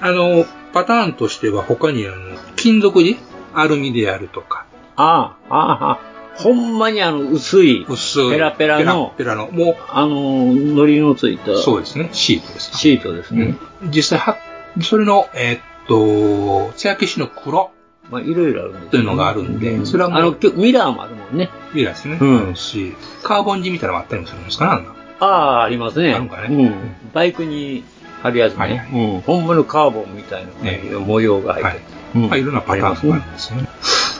[SPEAKER 7] あの、パターンとしては他に、あの、金属にアルミでやるとか、
[SPEAKER 6] ああ、ああ、ほんまにあの、薄い、
[SPEAKER 7] 薄い。
[SPEAKER 6] ペラペラの
[SPEAKER 7] ペラペラの、も
[SPEAKER 6] あの、糊のついた
[SPEAKER 7] う、そうですね、シートです。
[SPEAKER 6] シートです
[SPEAKER 7] う
[SPEAKER 6] ね
[SPEAKER 7] ん。。実際は、それの、えーっと、つや消しの黒
[SPEAKER 6] まあ、いろいろあるんですよ
[SPEAKER 7] というのがあるんで、
[SPEAKER 6] うん
[SPEAKER 7] それはもう
[SPEAKER 6] あの、きょミラーもあるもんね。
[SPEAKER 7] いいですね。
[SPEAKER 6] うん
[SPEAKER 7] あるし、カーボン地みたいなのもあったりもするんですかねあんな。
[SPEAKER 6] ああ、ありますね。
[SPEAKER 7] あるんかね
[SPEAKER 6] うん。バイクに貼るやつね。
[SPEAKER 7] はいはい
[SPEAKER 6] うん。本物カーボンみたいな感じ
[SPEAKER 7] ええ
[SPEAKER 6] 模様が入ってる。うん
[SPEAKER 7] まあ、いろんなパターンがあ
[SPEAKER 6] あり
[SPEAKER 7] る
[SPEAKER 6] ま
[SPEAKER 7] んですよね。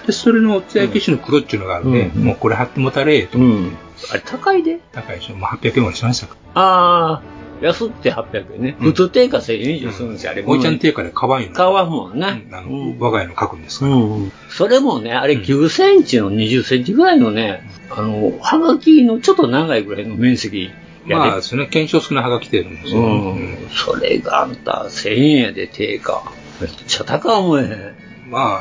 [SPEAKER 7] で、それのつや消しの黒っていうのがあるんで、
[SPEAKER 6] うん
[SPEAKER 7] もうこれ貼ってもたれ、と
[SPEAKER 6] すね。。うん。あれ、高いで。
[SPEAKER 7] 高いでしょ。もう800円ぐらいしましたか
[SPEAKER 6] ああ、安って800円ね。
[SPEAKER 7] うん
[SPEAKER 6] 普通定価1000円以
[SPEAKER 7] ら。
[SPEAKER 6] 上するんですよ、あれ。
[SPEAKER 7] おいちゃん定価で買わんよ。
[SPEAKER 6] 買わんもんね
[SPEAKER 7] うん。あ
[SPEAKER 6] う
[SPEAKER 7] の、
[SPEAKER 6] ん
[SPEAKER 7] 我が家の書くんです
[SPEAKER 6] う
[SPEAKER 7] から。
[SPEAKER 6] んうんそれもね、あれ
[SPEAKER 7] うん
[SPEAKER 6] 9センチの20センチぐらいのね、あの、はがきのちょっと長いぐらいの面積や
[SPEAKER 7] まあ、
[SPEAKER 6] で。
[SPEAKER 7] ですね、検証少なはがきてるんです
[SPEAKER 6] う
[SPEAKER 7] よ。
[SPEAKER 6] ん。それがあんた1000円やで定価。めっちゃ高いもんやね。
[SPEAKER 7] うんま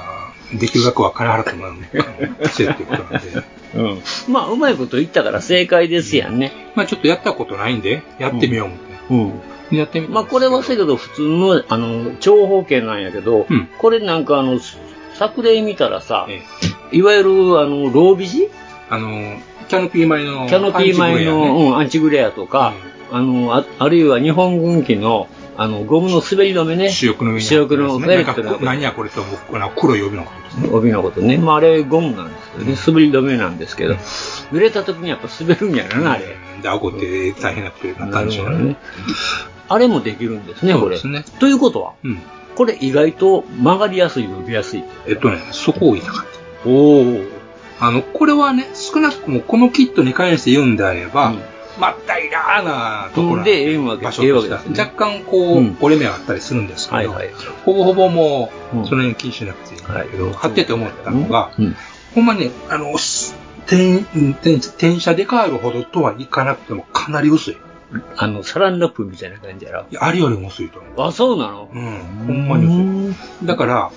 [SPEAKER 7] あ、できる額は金払ってもらう のせいっていうことなんで。
[SPEAKER 6] うん。まあ、うまいこと言ったから正解ですやんね。
[SPEAKER 7] まあ、ちょっとやったことないんで、やってみよう思って。
[SPEAKER 6] うん。
[SPEAKER 7] やってみたんですけど
[SPEAKER 6] まあ、これはせやけど普通の、あの、長方形なんやけど、
[SPEAKER 7] うん
[SPEAKER 6] これなんかあの、作例見たらさ、
[SPEAKER 7] ええ
[SPEAKER 6] いわゆるあの、ロービジ
[SPEAKER 7] あの、キャノピー前の、
[SPEAKER 6] キャノピー
[SPEAKER 7] アン
[SPEAKER 6] 前
[SPEAKER 7] チブレア
[SPEAKER 6] の、
[SPEAKER 7] ね
[SPEAKER 6] うんアンチグレアとか、あのあ、あるいは日本軍機の、あの、ゴムの滑り止めね。
[SPEAKER 7] 主翼の上に。
[SPEAKER 6] 主翼のフェ
[SPEAKER 7] ね
[SPEAKER 6] ルト
[SPEAKER 7] なん
[SPEAKER 6] の
[SPEAKER 7] か何やこれと、僕、あの黒い帯のことですね。
[SPEAKER 6] 帯のことね。まあ、あれゴムなんですけどね。滑り止めなんですけど、濡れた時にやっぱ滑るんやろな、あれ。
[SPEAKER 7] で、顎って大変なことになったんでしょう
[SPEAKER 6] なるほど
[SPEAKER 7] ね
[SPEAKER 6] ね。あれもできるんですね、
[SPEAKER 7] そ
[SPEAKER 6] こ
[SPEAKER 7] う
[SPEAKER 6] れ。
[SPEAKER 7] ですね
[SPEAKER 6] ということは、
[SPEAKER 7] うん。
[SPEAKER 6] これ意外と曲がりやすい、伸びやすいって。
[SPEAKER 7] えっとね、そこを言いたかった。
[SPEAKER 6] おお。
[SPEAKER 7] あの、これはね、少なくともこのキットに関して言うんであれば、
[SPEAKER 6] うん
[SPEAKER 7] まったいらーなところなん
[SPEAKER 6] でええわけ
[SPEAKER 7] 場所として
[SPEAKER 6] え
[SPEAKER 7] は
[SPEAKER 6] えわけですね
[SPEAKER 7] 若干こう、
[SPEAKER 6] うん
[SPEAKER 7] 折れ目があったりするんですけど、
[SPEAKER 6] はいはい。
[SPEAKER 7] ほぼほぼもう、
[SPEAKER 6] うん
[SPEAKER 7] その辺気にしなくていいんだけど、
[SPEAKER 6] はい
[SPEAKER 7] 貼ってて思ったのが、
[SPEAKER 6] うん。
[SPEAKER 7] ほんまに、あの、す転、転、転写で帰るほどとはいかなくてもかなり薄い。い
[SPEAKER 6] あの、サランラップみたいな感じやろ。
[SPEAKER 7] やあれよりも薄いと思う。
[SPEAKER 6] あ、そうなの
[SPEAKER 7] うん、ほんまに薄い。だから、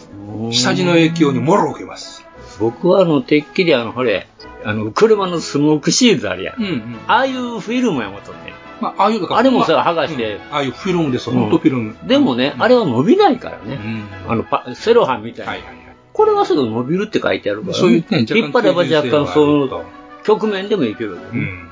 [SPEAKER 7] 下地の影響にもろ受けます。
[SPEAKER 6] 僕はあの、てっきりあの、ほれ、あの、車のスモークシールドあるやん。
[SPEAKER 7] うんうん。
[SPEAKER 6] ああいうフィルムやもとね。
[SPEAKER 7] まあ、ああいうのが
[SPEAKER 6] あれもさ剥がして
[SPEAKER 7] うんああいうフィルムです、
[SPEAKER 6] うん
[SPEAKER 7] 本当フィルム。
[SPEAKER 6] でもね、あれは伸びないから
[SPEAKER 7] う
[SPEAKER 6] ね。
[SPEAKER 7] ん、
[SPEAKER 6] あの、パ、セロハンみたいな。
[SPEAKER 7] はいはいはい。
[SPEAKER 6] これはすぐ伸びるって書いてあるから、
[SPEAKER 7] そういうね、
[SPEAKER 6] 引っ張れば若干その、局面でもいけるわけ
[SPEAKER 7] う
[SPEAKER 6] ね、
[SPEAKER 7] ん。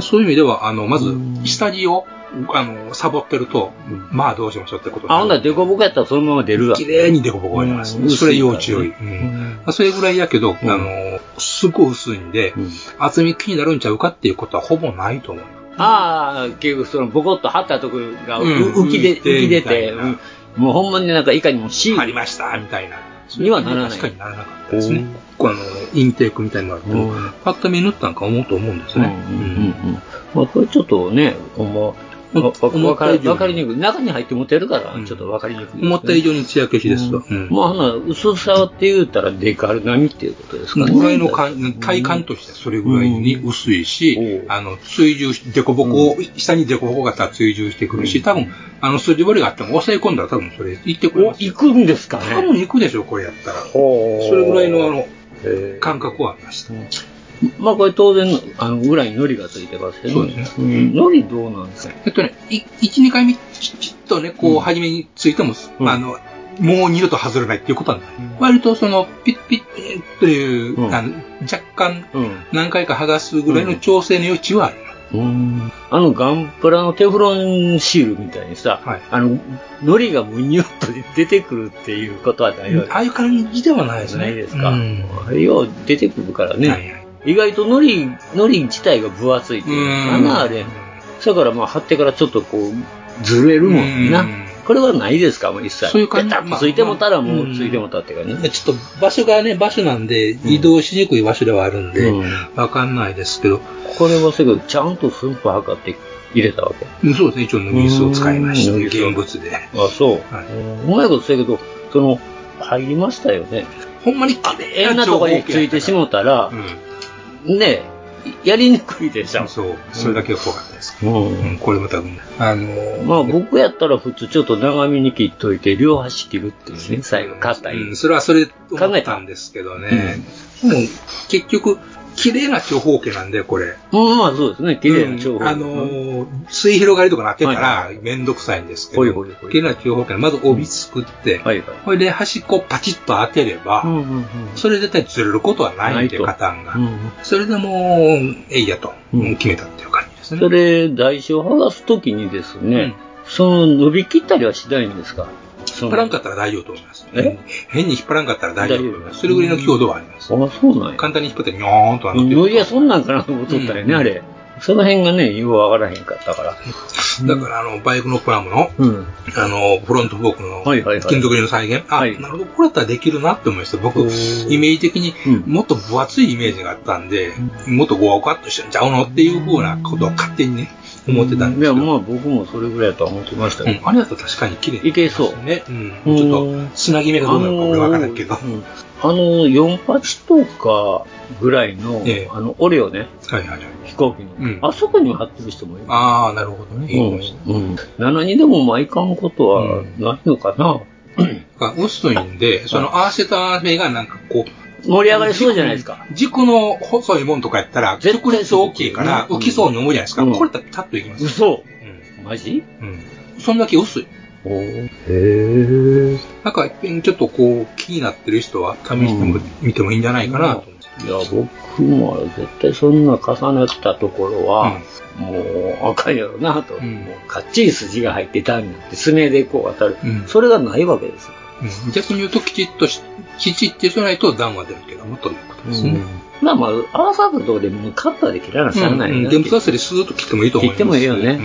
[SPEAKER 7] そういう意味では、あの、まず
[SPEAKER 6] う、ん
[SPEAKER 7] 下着を、あの、サボってると、まあどうしましょうってこと
[SPEAKER 6] あ、ほんならデコボコやったらそのまま出るわ
[SPEAKER 7] 綺。麗にデコボコが出ます
[SPEAKER 6] うん。
[SPEAKER 7] それ要注意。
[SPEAKER 6] 薄いか
[SPEAKER 7] う
[SPEAKER 6] らね
[SPEAKER 7] んまあそれぐらいやけど、あ
[SPEAKER 6] うん
[SPEAKER 7] の、すごい薄いんで
[SPEAKER 6] うん、
[SPEAKER 7] 厚み気になるんちゃうかっていうことはほぼないと思う。
[SPEAKER 6] ああ、結局そのボコッと張ったところがう
[SPEAKER 7] うん
[SPEAKER 6] 浮きで、
[SPEAKER 7] 浮いて
[SPEAKER 6] 浮き出
[SPEAKER 7] みた
[SPEAKER 6] て、
[SPEAKER 7] いな
[SPEAKER 6] うんもうほんまになんかいかにもシ
[SPEAKER 7] あ
[SPEAKER 6] ー
[SPEAKER 7] り
[SPEAKER 6] ル。
[SPEAKER 7] ましたみたいな。
[SPEAKER 6] にはならない
[SPEAKER 7] 確かにならなかったですね。こうあの、インテークみたいなのがあ
[SPEAKER 6] う
[SPEAKER 7] る
[SPEAKER 6] ん
[SPEAKER 7] と、パッと見塗ったんか思うと思うんです
[SPEAKER 6] うん
[SPEAKER 7] ね。
[SPEAKER 6] う
[SPEAKER 7] うん
[SPEAKER 6] んうんうんまあこれちょっとね、ほんま、わわかりわかりにくい。中に入って持てるから
[SPEAKER 7] う、ん
[SPEAKER 6] ちょっとわかりにくいですね。
[SPEAKER 7] 思った以上に艶消しですわ。うん
[SPEAKER 6] まあ、ほな薄さって言うたらデカル並みっていうことですかね。
[SPEAKER 7] ぐらいの感体感としてはそれぐらいに薄いし
[SPEAKER 6] う、ん
[SPEAKER 7] あの、追従し、凸凹を、下に凸凹があったら追従してくるし、多分、あの、筋彫りがあっても抑え込んだら多分それ、行ってくれ
[SPEAKER 6] お、
[SPEAKER 7] ます
[SPEAKER 6] 行
[SPEAKER 7] よ。
[SPEAKER 6] くんですか
[SPEAKER 7] 多
[SPEAKER 6] ね。
[SPEAKER 7] 分行くでしょう、これやったら。そ
[SPEAKER 6] ほう
[SPEAKER 7] れぐらいの、あの、
[SPEAKER 6] えー
[SPEAKER 7] 感覚はありました。
[SPEAKER 6] まあこれ当然、あの、裏に糊がついてますけど、
[SPEAKER 7] そうですね
[SPEAKER 6] ん糊どうなんですかね。
[SPEAKER 7] えっとね、い一、二回目、きちっとね、こう、初めについても、
[SPEAKER 6] うん
[SPEAKER 7] あの、もう二度と外れないっていうことはない。割とその、ピッピッ、えーという、
[SPEAKER 6] うん
[SPEAKER 7] あの若干、
[SPEAKER 6] うん。
[SPEAKER 7] 何回か剥がすぐらいの調整の余地はある。
[SPEAKER 6] うんあのガンプラのテフロンシールみたいにさ、
[SPEAKER 7] はい
[SPEAKER 6] あの、糊がむにゅっと出てくるっていうことはないわ
[SPEAKER 7] ああいう感じではないで
[SPEAKER 6] け
[SPEAKER 7] すね。
[SPEAKER 6] ないですか。
[SPEAKER 7] うん
[SPEAKER 6] あれよう出てくるからね、
[SPEAKER 7] はいはい
[SPEAKER 6] 意外と糊、糊自体が分厚いっていうのかな、あれ。だからまあ貼ってからちょっとこう、ずれるもんな。
[SPEAKER 7] うん
[SPEAKER 6] これはないですか、もう一切。
[SPEAKER 7] そういう感じ
[SPEAKER 6] ペタッ
[SPEAKER 7] ま
[SPEAKER 6] と
[SPEAKER 7] あ
[SPEAKER 6] ついてもたらも
[SPEAKER 7] う
[SPEAKER 6] う、
[SPEAKER 7] ん
[SPEAKER 6] ついてもたっていうかね。
[SPEAKER 7] ちょっと場所がね、場所なんで、移動しにくい場所ではあるんで
[SPEAKER 6] うん、
[SPEAKER 7] わかんないですけど、
[SPEAKER 6] これはせやけど、ちゃんと寸法測って入れたわけ。
[SPEAKER 7] うんそうですね、一応、ノギスを使いました、
[SPEAKER 6] うん
[SPEAKER 7] 現物で。
[SPEAKER 6] あ、そう。
[SPEAKER 7] はいう
[SPEAKER 6] まいことせやけど、その、入りましたよね。
[SPEAKER 7] ほんまに綺麗
[SPEAKER 6] 変なとこについてしもたら
[SPEAKER 7] う、ん。
[SPEAKER 6] ねえ、やりにくいでしょ。
[SPEAKER 7] そう、それだけが怖かったです。
[SPEAKER 6] うん
[SPEAKER 7] うん、これまた、あのー
[SPEAKER 6] まあ僕やったら普通ちょっと長めに切っといて、両端切るっていうね、最後、硬い。
[SPEAKER 7] うん、それはそれで思ったんですけどね。でも結局、綺麗な長方形なんで、これ。
[SPEAKER 6] うん、まあそうですね、綺麗な長
[SPEAKER 7] うん
[SPEAKER 6] 方
[SPEAKER 7] あのー、水広がりとかなってたら
[SPEAKER 6] は、
[SPEAKER 7] めんどくさいんですけ
[SPEAKER 6] ほいほ
[SPEAKER 7] ど
[SPEAKER 6] いほ、い
[SPEAKER 7] 綺麗な長方形の、まず帯作って、
[SPEAKER 6] はいはい。
[SPEAKER 7] これで端っこをパチッと当てれば、
[SPEAKER 6] んうん
[SPEAKER 7] それ絶対ずれることはないんで、
[SPEAKER 6] ないと
[SPEAKER 7] カタンが
[SPEAKER 6] う。ん。
[SPEAKER 7] それでもう、えいやと、
[SPEAKER 6] うん
[SPEAKER 7] うん決めたっていう感じですね。
[SPEAKER 6] それ、台紙を剥がすときにですね、その伸び切ったりはしないんですか
[SPEAKER 7] 引っ張らんかったら大丈夫と思います。
[SPEAKER 6] え
[SPEAKER 7] 変に引っ張らんかったら大丈夫と思
[SPEAKER 6] 大
[SPEAKER 7] いま
[SPEAKER 6] 丈夫
[SPEAKER 7] す。それぐらいの強度はあります。
[SPEAKER 6] あ、そうなんや。
[SPEAKER 7] 簡単に引っ張って、にょーんとはなって
[SPEAKER 6] うん
[SPEAKER 7] る
[SPEAKER 6] いや、そんなんかなと思っとったんやね、
[SPEAKER 7] うん
[SPEAKER 6] あれ。その辺がね、ようわからへんかったから。
[SPEAKER 7] だから、あの、バイクのプラムの、
[SPEAKER 6] うん。
[SPEAKER 7] あの、フロントフォーク
[SPEAKER 6] は
[SPEAKER 7] の
[SPEAKER 6] いはいはい
[SPEAKER 7] 金属類の再現。
[SPEAKER 6] は
[SPEAKER 7] あ、
[SPEAKER 6] い
[SPEAKER 7] なるほど、これだったらできるなって思いました。僕、イ
[SPEAKER 6] お
[SPEAKER 7] メ
[SPEAKER 6] ー
[SPEAKER 7] ージ的に
[SPEAKER 6] うん
[SPEAKER 7] もっと分厚いイメージがあったんで、もっとゴワゴワっとしちゃうのっていう風なことを勝手にね、思ってた
[SPEAKER 6] い
[SPEAKER 7] んですけ
[SPEAKER 6] や、
[SPEAKER 7] ど。
[SPEAKER 6] まあ僕もそれぐらいだとは思ってました
[SPEAKER 7] う
[SPEAKER 6] け
[SPEAKER 7] ん、あれだと確かに綺麗に
[SPEAKER 6] いけそう
[SPEAKER 7] ね。うん。
[SPEAKER 6] うん
[SPEAKER 7] ちょっと、つなぎ目が
[SPEAKER 6] ど。
[SPEAKER 7] どうなるか俺わからんけど。
[SPEAKER 6] あのー、うんあの48とかぐらいの、
[SPEAKER 7] ええ
[SPEAKER 6] あの、オレオね、
[SPEAKER 7] はいはいはい。
[SPEAKER 6] 飛行機の、
[SPEAKER 7] うん
[SPEAKER 6] あそこにも貼ってる人もいる。
[SPEAKER 7] ああ、なるほどね。いいですね
[SPEAKER 6] うんうん7にでもまあいかんことはないのかな、
[SPEAKER 7] が薄いんで、その合わせた目がなんかこう、
[SPEAKER 6] 盛り上がりそうじゃないですか。
[SPEAKER 7] 軸の細いもんとかやったら、
[SPEAKER 6] 絶
[SPEAKER 7] 直
[SPEAKER 6] 対
[SPEAKER 7] 列大きいから
[SPEAKER 6] うん
[SPEAKER 7] 浮きそうに思うじゃないですか。
[SPEAKER 6] うん
[SPEAKER 7] これだったらピタッといきます。
[SPEAKER 6] 嘘
[SPEAKER 7] う
[SPEAKER 6] マジ
[SPEAKER 7] ん。うん。そんだけ薄い。
[SPEAKER 6] おへえ。
[SPEAKER 7] なんか、いっぺんちょっとこう、気になってる人は試しても、
[SPEAKER 6] うん
[SPEAKER 7] 見てもいいんじゃないかなと思って。
[SPEAKER 6] いや、僕も絶対そんな重なったところは、もうあかんやろなと、
[SPEAKER 7] うん
[SPEAKER 6] もうかっちり筋が入ってたんだって、すねでこう当たる、
[SPEAKER 7] うん
[SPEAKER 6] それがないわけですよ。
[SPEAKER 7] うん逆に言うと、きちっとし、きちってしないと段は出るけども、ということですね。
[SPEAKER 6] まあまあ、合わさったところでもうカッターで切らなしゃあ
[SPEAKER 7] う
[SPEAKER 6] なんい
[SPEAKER 7] うん
[SPEAKER 6] なって
[SPEAKER 7] 現物合わせでスーッと切ってもいいと思い
[SPEAKER 6] 切
[SPEAKER 7] ま
[SPEAKER 6] っ
[SPEAKER 7] す。
[SPEAKER 6] てもいいよね。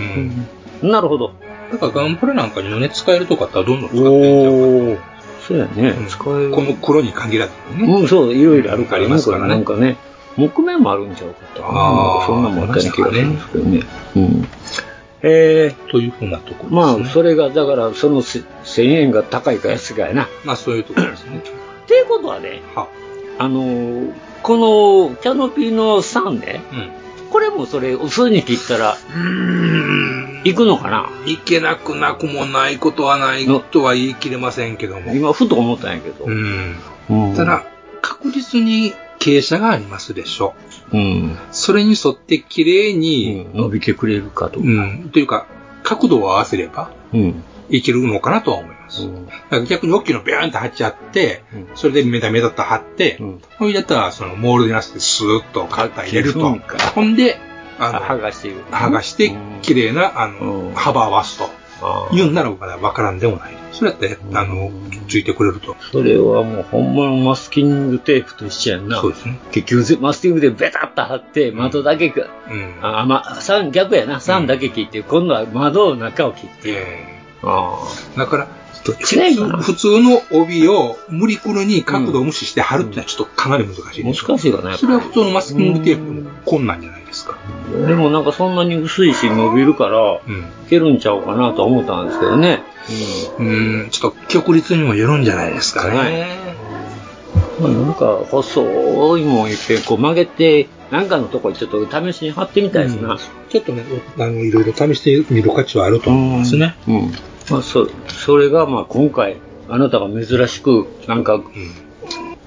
[SPEAKER 7] うん。
[SPEAKER 6] なるほど。
[SPEAKER 7] だからガンプラなんかにもね、使えるとかあったらどんどん使っていいんちゃうかな
[SPEAKER 6] おお。そうやね。
[SPEAKER 7] うん
[SPEAKER 6] 使える。
[SPEAKER 7] この黒に限らずね。
[SPEAKER 6] うん、そう、いろいろあるから
[SPEAKER 7] ありますからね
[SPEAKER 6] なんかね、木面もあるんちゃうかと。
[SPEAKER 7] あ
[SPEAKER 6] なんかそ
[SPEAKER 7] ー
[SPEAKER 6] んなもんあったような気がするんですけどね。うん。えー、
[SPEAKER 7] というふうなとこ
[SPEAKER 6] まあ、
[SPEAKER 7] ろですね。
[SPEAKER 6] それが、だから、そのせ1000円が高いか安いかやな。っ
[SPEAKER 7] まあ、そういうところですね。
[SPEAKER 6] ていうことはね、
[SPEAKER 7] は、
[SPEAKER 6] あのーこのキャノピーの3ね、
[SPEAKER 7] う
[SPEAKER 6] これもそれ、薄いに切ったら、
[SPEAKER 7] ん。
[SPEAKER 6] 行くのかない
[SPEAKER 7] けなくなくもないことはないとは言い切れませんけども。
[SPEAKER 6] 今、ふと思ったんやけど。
[SPEAKER 7] うん。
[SPEAKER 6] うん
[SPEAKER 7] ただ、確実に傾斜がありますでしょ
[SPEAKER 6] うん、
[SPEAKER 7] う。それに沿って綺麗に、
[SPEAKER 6] 伸びてくれるかと
[SPEAKER 7] う
[SPEAKER 6] か。
[SPEAKER 7] ん、というか、角度を合わせれば
[SPEAKER 6] うん。
[SPEAKER 7] いけるのかなとは思います。
[SPEAKER 6] うん
[SPEAKER 7] だから逆に大きいのビャーンって貼っちゃって、
[SPEAKER 6] うん
[SPEAKER 7] それでメタメタっと貼って、
[SPEAKER 6] うん
[SPEAKER 7] それだったらそのモールドになってスーッとカッター入れる
[SPEAKER 6] そ
[SPEAKER 7] と
[SPEAKER 6] うか。
[SPEAKER 7] ほんで、あの、
[SPEAKER 6] 剥がしていく。
[SPEAKER 7] 剥がして
[SPEAKER 6] うん、
[SPEAKER 7] 綺麗な、あ
[SPEAKER 6] うん
[SPEAKER 7] の、幅を合わすと。
[SPEAKER 6] あー
[SPEAKER 7] 言うんならまだ分からんでもない。それだって、あの、ついてくれると。
[SPEAKER 6] それはもうほんまのマスキングテープと一緒やんな。
[SPEAKER 7] そうですね。
[SPEAKER 6] 結局ぜマスキングでベタッと貼って、窓だけく、
[SPEAKER 7] うん。
[SPEAKER 6] あ、ま、三逆やな、三だけ切って、今度は窓の中を切って。
[SPEAKER 7] え
[SPEAKER 6] あ
[SPEAKER 7] えだから、
[SPEAKER 6] どっちがいいかな
[SPEAKER 7] 普通の帯を無理くるに角度を無視して貼るってのはちょっとかなり難しいでしょ。
[SPEAKER 6] 難しいかな、やっ
[SPEAKER 7] そ
[SPEAKER 6] ぱ
[SPEAKER 7] れは普通のマスキングテープでも困難じゃないですか。
[SPEAKER 6] りでもなんかそんなに薄いし伸びるから、
[SPEAKER 7] うん。
[SPEAKER 6] いけるんちゃうかなとは思ったんですけどね。
[SPEAKER 7] うん、ちょっと極率にもよるんじゃないですか
[SPEAKER 6] かな
[SPEAKER 7] ね。
[SPEAKER 6] まあなんか細いもんいって、こう曲げて、なんかのとこにちょっと試しに貼ってみたいですな。
[SPEAKER 7] ちょっとね、あの、いろいろ試してみる価値はあると思いますね。
[SPEAKER 6] うん。まあ、そ、それがまあ今回、あなたが珍しく、なんか、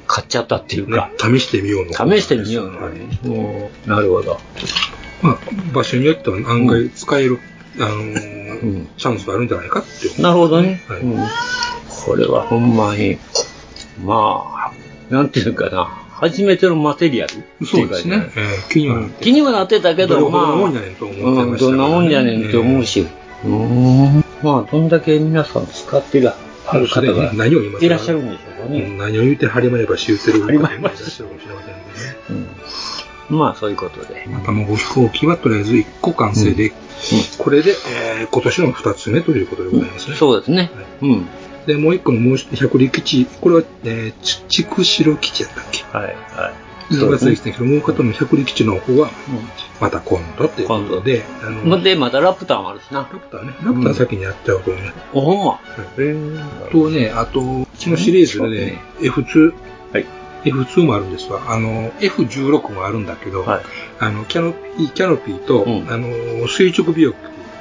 [SPEAKER 6] 買っちゃったっていうか
[SPEAKER 7] ね、試してみようの。
[SPEAKER 6] 試してみよう
[SPEAKER 7] はい
[SPEAKER 6] ね。うんなるほど。
[SPEAKER 7] まあ、場所によっては案外使える、あのー
[SPEAKER 6] うん
[SPEAKER 7] チャンスがあるんじゃないかっていう。
[SPEAKER 6] なるほどね。
[SPEAKER 7] はい
[SPEAKER 6] うんこれはほんまに、まあ、なんていうかな、初めてのマテリアルって
[SPEAKER 7] そ
[SPEAKER 6] いううか
[SPEAKER 7] ですね。。えー気にはなって。
[SPEAKER 6] 気にはなってたけど、
[SPEAKER 7] どれ
[SPEAKER 6] まあ、
[SPEAKER 7] ほどのもんじゃねんと思ってました
[SPEAKER 6] う
[SPEAKER 7] からね
[SPEAKER 6] んどんなもんじゃねんって思うし、うんまあ、どんだけ皆さん使ってがある方
[SPEAKER 7] もう
[SPEAKER 6] が
[SPEAKER 7] すでに何を言いますか
[SPEAKER 6] いらっしゃるんでしょうか
[SPEAKER 7] う
[SPEAKER 6] ね。
[SPEAKER 7] ん何を言うて張り前ばし言うてる。
[SPEAKER 6] 張り前橋
[SPEAKER 7] いらっしゃるかもしれませんけどね。
[SPEAKER 6] まあ、そういうことで。
[SPEAKER 7] まあ、卵飛行機はとりあえず1個完成で、これで、えー今年の2つ目ということでございますね。
[SPEAKER 6] そうですね。うん。
[SPEAKER 7] で、もう1個のもう100力地、これは、えー、ち筑城基地やったっけ
[SPEAKER 6] はい、はい。
[SPEAKER 7] 名前つい
[SPEAKER 6] す
[SPEAKER 7] てたけど、もう片の100力地の方は、また今度ということで、あ
[SPEAKER 6] うん。ほ
[SPEAKER 7] の、
[SPEAKER 6] んで、またラプターもあるしな。
[SPEAKER 7] ラプターね、ラプター先にやっちゃうとね、
[SPEAKER 6] おほんま。
[SPEAKER 7] とね、あと、うちのシリーズでね、F2、
[SPEAKER 6] はい
[SPEAKER 7] F2 もあるんですわ。あの、F16 もあるんだけど、
[SPEAKER 6] はい。
[SPEAKER 7] あの、キャノピー、キャノピーと、
[SPEAKER 6] うん
[SPEAKER 7] あの、垂直尾翼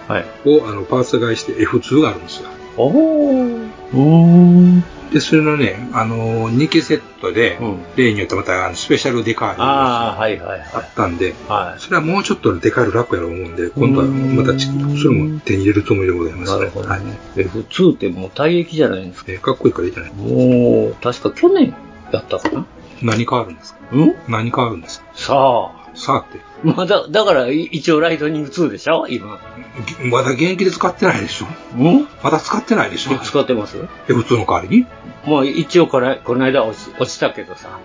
[SPEAKER 6] はい。
[SPEAKER 7] をあのパーツ替えして F2 があるんですよ。
[SPEAKER 6] おー。うん。
[SPEAKER 7] で、それのね、あの、2機セットで、
[SPEAKER 6] うん
[SPEAKER 7] 例によってまたあのスペシャルデカールが
[SPEAKER 6] ああ、はいはい
[SPEAKER 7] あ
[SPEAKER 6] は
[SPEAKER 7] ったんで、
[SPEAKER 6] い。は
[SPEAKER 7] それはもうちょっとデカール楽やと思うんで、今度はまたちそれも手に入れるつもりでござい
[SPEAKER 6] い。
[SPEAKER 7] ます。
[SPEAKER 6] なるほど
[SPEAKER 7] はい
[SPEAKER 6] ね。F2 ってもう退役じゃないんですか。
[SPEAKER 7] えーかっこいいからいいじゃない。
[SPEAKER 6] もう、確か去年だったかな
[SPEAKER 7] 何変わるんですか
[SPEAKER 6] うん
[SPEAKER 7] 何変わるんですか
[SPEAKER 6] さあ。
[SPEAKER 7] さあって。
[SPEAKER 6] まだ、だからい一応ライトニング2でしょ今。
[SPEAKER 7] ぎまだ現役で使ってないでしょ
[SPEAKER 6] うん
[SPEAKER 7] まだ使ってないでしょ
[SPEAKER 6] 使ってます
[SPEAKER 7] え普通の代わりに
[SPEAKER 6] まあ一応これ、この間落ち落ちたけどさ。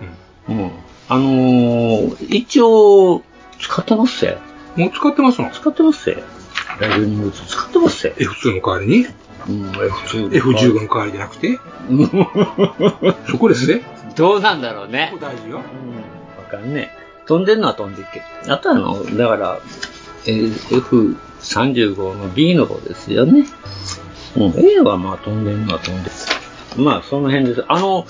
[SPEAKER 6] うん。あのー、一応、使ってますぜ。
[SPEAKER 7] もう使ってますの
[SPEAKER 6] 使ってますぜ。ライトニング2使ってますぜ。
[SPEAKER 7] え普通の代わりに
[SPEAKER 6] うん、F2 で。
[SPEAKER 7] F15 の代わりじゃなくて
[SPEAKER 6] うん
[SPEAKER 7] そこですね。
[SPEAKER 6] どうなんだろうね
[SPEAKER 7] ここ。大事よ。
[SPEAKER 6] うんわかんねえ。飛んでんのは飛んでいけ。あとあの、だから、えー F35 の B の方ですよね。うん、A はまあ飛んでんのは飛んでるまあその辺です。あの、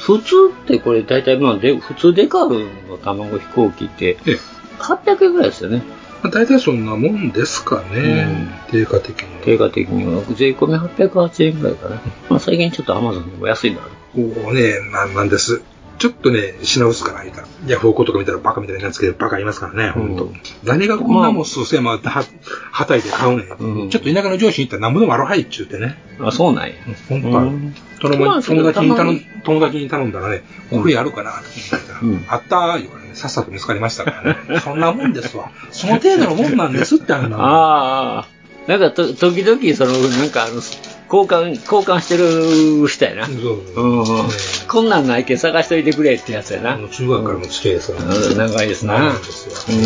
[SPEAKER 6] 普通ってこれ大体まあで、普通デカールの卵飛行機って
[SPEAKER 7] ええ
[SPEAKER 6] 800円ぐらいですよね。
[SPEAKER 7] まあ、大体そんなもんですかね。定価的に。
[SPEAKER 6] 定価的には。税込み808円ぐらいかな。まあ最近ちょっと Amazon でも安いのある。
[SPEAKER 7] こうね、ななんです。ちょっとね、品薄から言ったら。ヤフオクとか見たらバカみたいになつけど、バカいますからね、ほん
[SPEAKER 6] う
[SPEAKER 7] と
[SPEAKER 6] ん。
[SPEAKER 7] 何がこんなもん数千万は、は、はたいて買うね
[SPEAKER 6] うん
[SPEAKER 7] ん。ちょっと田舎の上司に行ったら何ぼでもあるはいっちゅうてね。
[SPEAKER 6] あ、そうなんや。
[SPEAKER 7] ほんとある
[SPEAKER 6] うん
[SPEAKER 7] その前に友達に頼ん
[SPEAKER 6] ま、
[SPEAKER 7] 友達に頼んだらね、これやるかなと思ったら、
[SPEAKER 6] うん
[SPEAKER 7] あったー言うからね、さっさと見つかりましたから ね。そんなもんですわ。その程度のもんなんですってあんな。
[SPEAKER 6] ああ。なんかと、時々、その、なんか、あの、交換、交換してる人やな。。
[SPEAKER 7] そううんそうそう。ね
[SPEAKER 6] こんなんないけん探しといてくれってやつやな。
[SPEAKER 7] あの中学からの付き合いですからね。
[SPEAKER 6] うん長いですな。
[SPEAKER 7] 長いですよ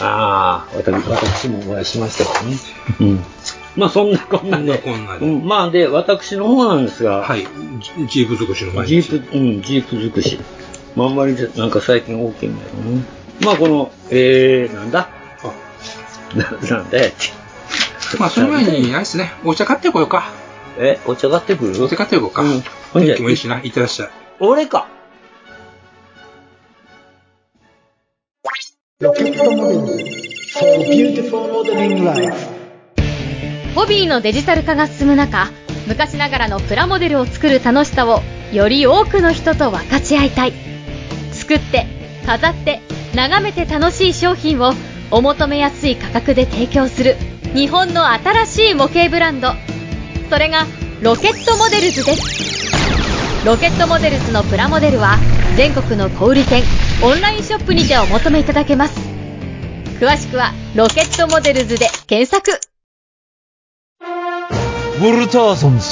[SPEAKER 6] うん。ああ、私私もお会いしましたからね。うん。まあ、そんなこんなで。
[SPEAKER 7] そんなこんなで
[SPEAKER 6] うん。まあ、で、私の方なんですが、
[SPEAKER 7] はい。ジジープ尽くしの毎
[SPEAKER 6] ジ
[SPEAKER 7] 日。
[SPEAKER 6] ープ、うん、ジープ尽くし。まあ、あんまり、なんか最近多くないよね。まあ、この、えー、なんだ
[SPEAKER 7] あ
[SPEAKER 6] ななんだやって。
[SPEAKER 7] まあ、その前に、あれですね、お茶買ってこようか。
[SPEAKER 6] え、お茶買ってくる
[SPEAKER 7] お茶買ってこようか
[SPEAKER 6] うん。
[SPEAKER 7] 天気もいいしな、いってらっしゃい。
[SPEAKER 6] 俺か
[SPEAKER 8] ホビーのデジタル化が進む中昔ながらのプラモデルを作る楽しさをより多くの人と分かち合いたい作って飾って眺めて楽しい商品をお求めやすい価格で提供する日本の新しい模型ブランドそれがロケットモデルズですロケットモデルズのプラモデルは全国の小売店オンラインショップにてお求めいただけます詳しくは「ロケットモデルズ」で検索
[SPEAKER 9] ウォルターソンズ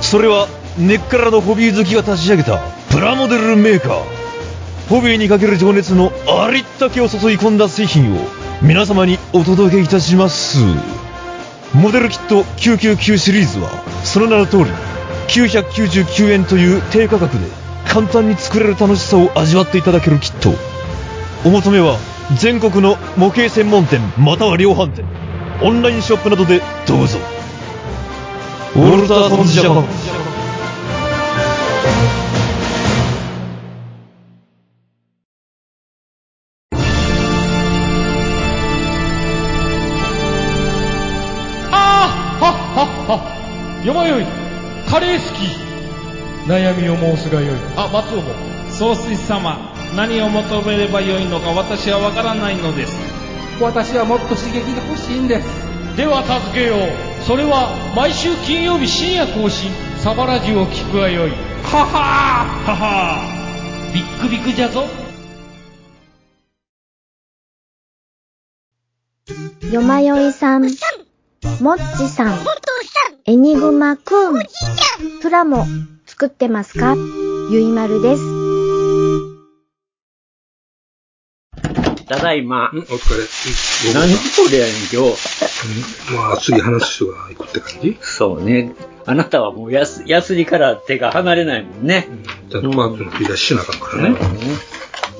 [SPEAKER 9] それは根っからのホビー好きが立ち上げたプラモデルメーカーホビーにかける情熱のありったけを注ぎ込んだ製品を皆様にお届けいたしますモデルキット999シリーズはその名の通り999円という低価格で簡単に作れる楽しさを味わっていただけるキットお求めは全国の模型専門店または量販店オンラインショップなどでどうぞウォルターソンズジャパン
[SPEAKER 10] ああはっはっはよまよいカレー好き悩みを申すがよいあ松尾も総帥様何を求めればよいのか私はわからないのです私はもっと刺激が欲しいんですでは助けようそれは毎週金曜日深夜更新サバラジュを聞くがよいははははビックビックじゃぞ
[SPEAKER 8] よまよいさん、もっちさん、エニグマくん、プラモ作ってますかゆいまるです。
[SPEAKER 6] ただいま。
[SPEAKER 7] お疲れ。
[SPEAKER 6] 何それやねん、今
[SPEAKER 7] 日。まあ、次話す人が行くって感じ
[SPEAKER 6] そうね。あなたはもうやす、やすりから手が離れないもんね。
[SPEAKER 7] ちゃんとパーツの切り出ししなあかんからね。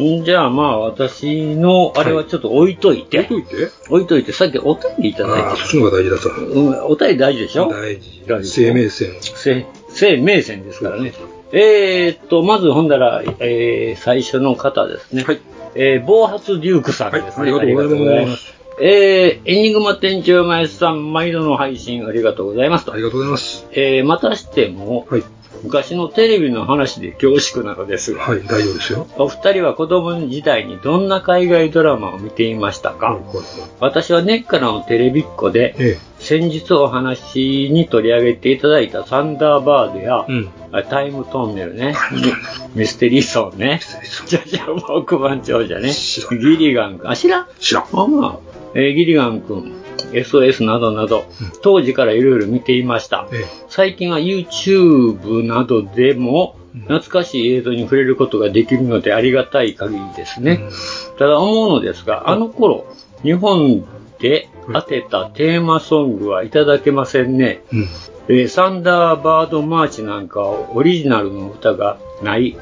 [SPEAKER 6] んじゃあまあ私のあれはちょっと置いといて。
[SPEAKER 7] 置いといて
[SPEAKER 6] 置いといて、さっきお便りいただいて。
[SPEAKER 7] ああ、そっちの方が大事だと。
[SPEAKER 6] うん、お便り大事でしょ
[SPEAKER 7] 大事。
[SPEAKER 6] 大事
[SPEAKER 7] 生命線。
[SPEAKER 6] 生生命線ですからね。えー、っと、まずほんだら、えー、最初の方ですね。はい。えー、暴発デュークさんですね。
[SPEAKER 7] はいありがとうございます
[SPEAKER 6] す。えー、エニグマ店長前さん、毎度の配信ありがとうございますと。あ
[SPEAKER 7] りがとうございます。
[SPEAKER 6] えー、またしても、昔のテレビの話で恐縮なのですが、
[SPEAKER 7] はい、大丈夫ですよ。
[SPEAKER 6] お二人は子供時代にどんな海外ドラマを見ていましたか私は根っからのテレビっ子で、先日お話に取り上げていただいたサンダーバードや、あタイムトンネルね、ミステリーソーね、ジャジャマ億万長者ね、ギリガン君、あ、知らん
[SPEAKER 7] 知らん。
[SPEAKER 6] あまあえーギリガン君、SOS などなど、当時からいろいろ見ていました。最近は YouTube などでも、懐かしい映像に触れることができるのでありがたい限りですね。ただ思うのですが、あの頃、日本で当てたテーマソングはいただけませんね。えーサンダーバードマーチなんかはオリジナルの歌がない、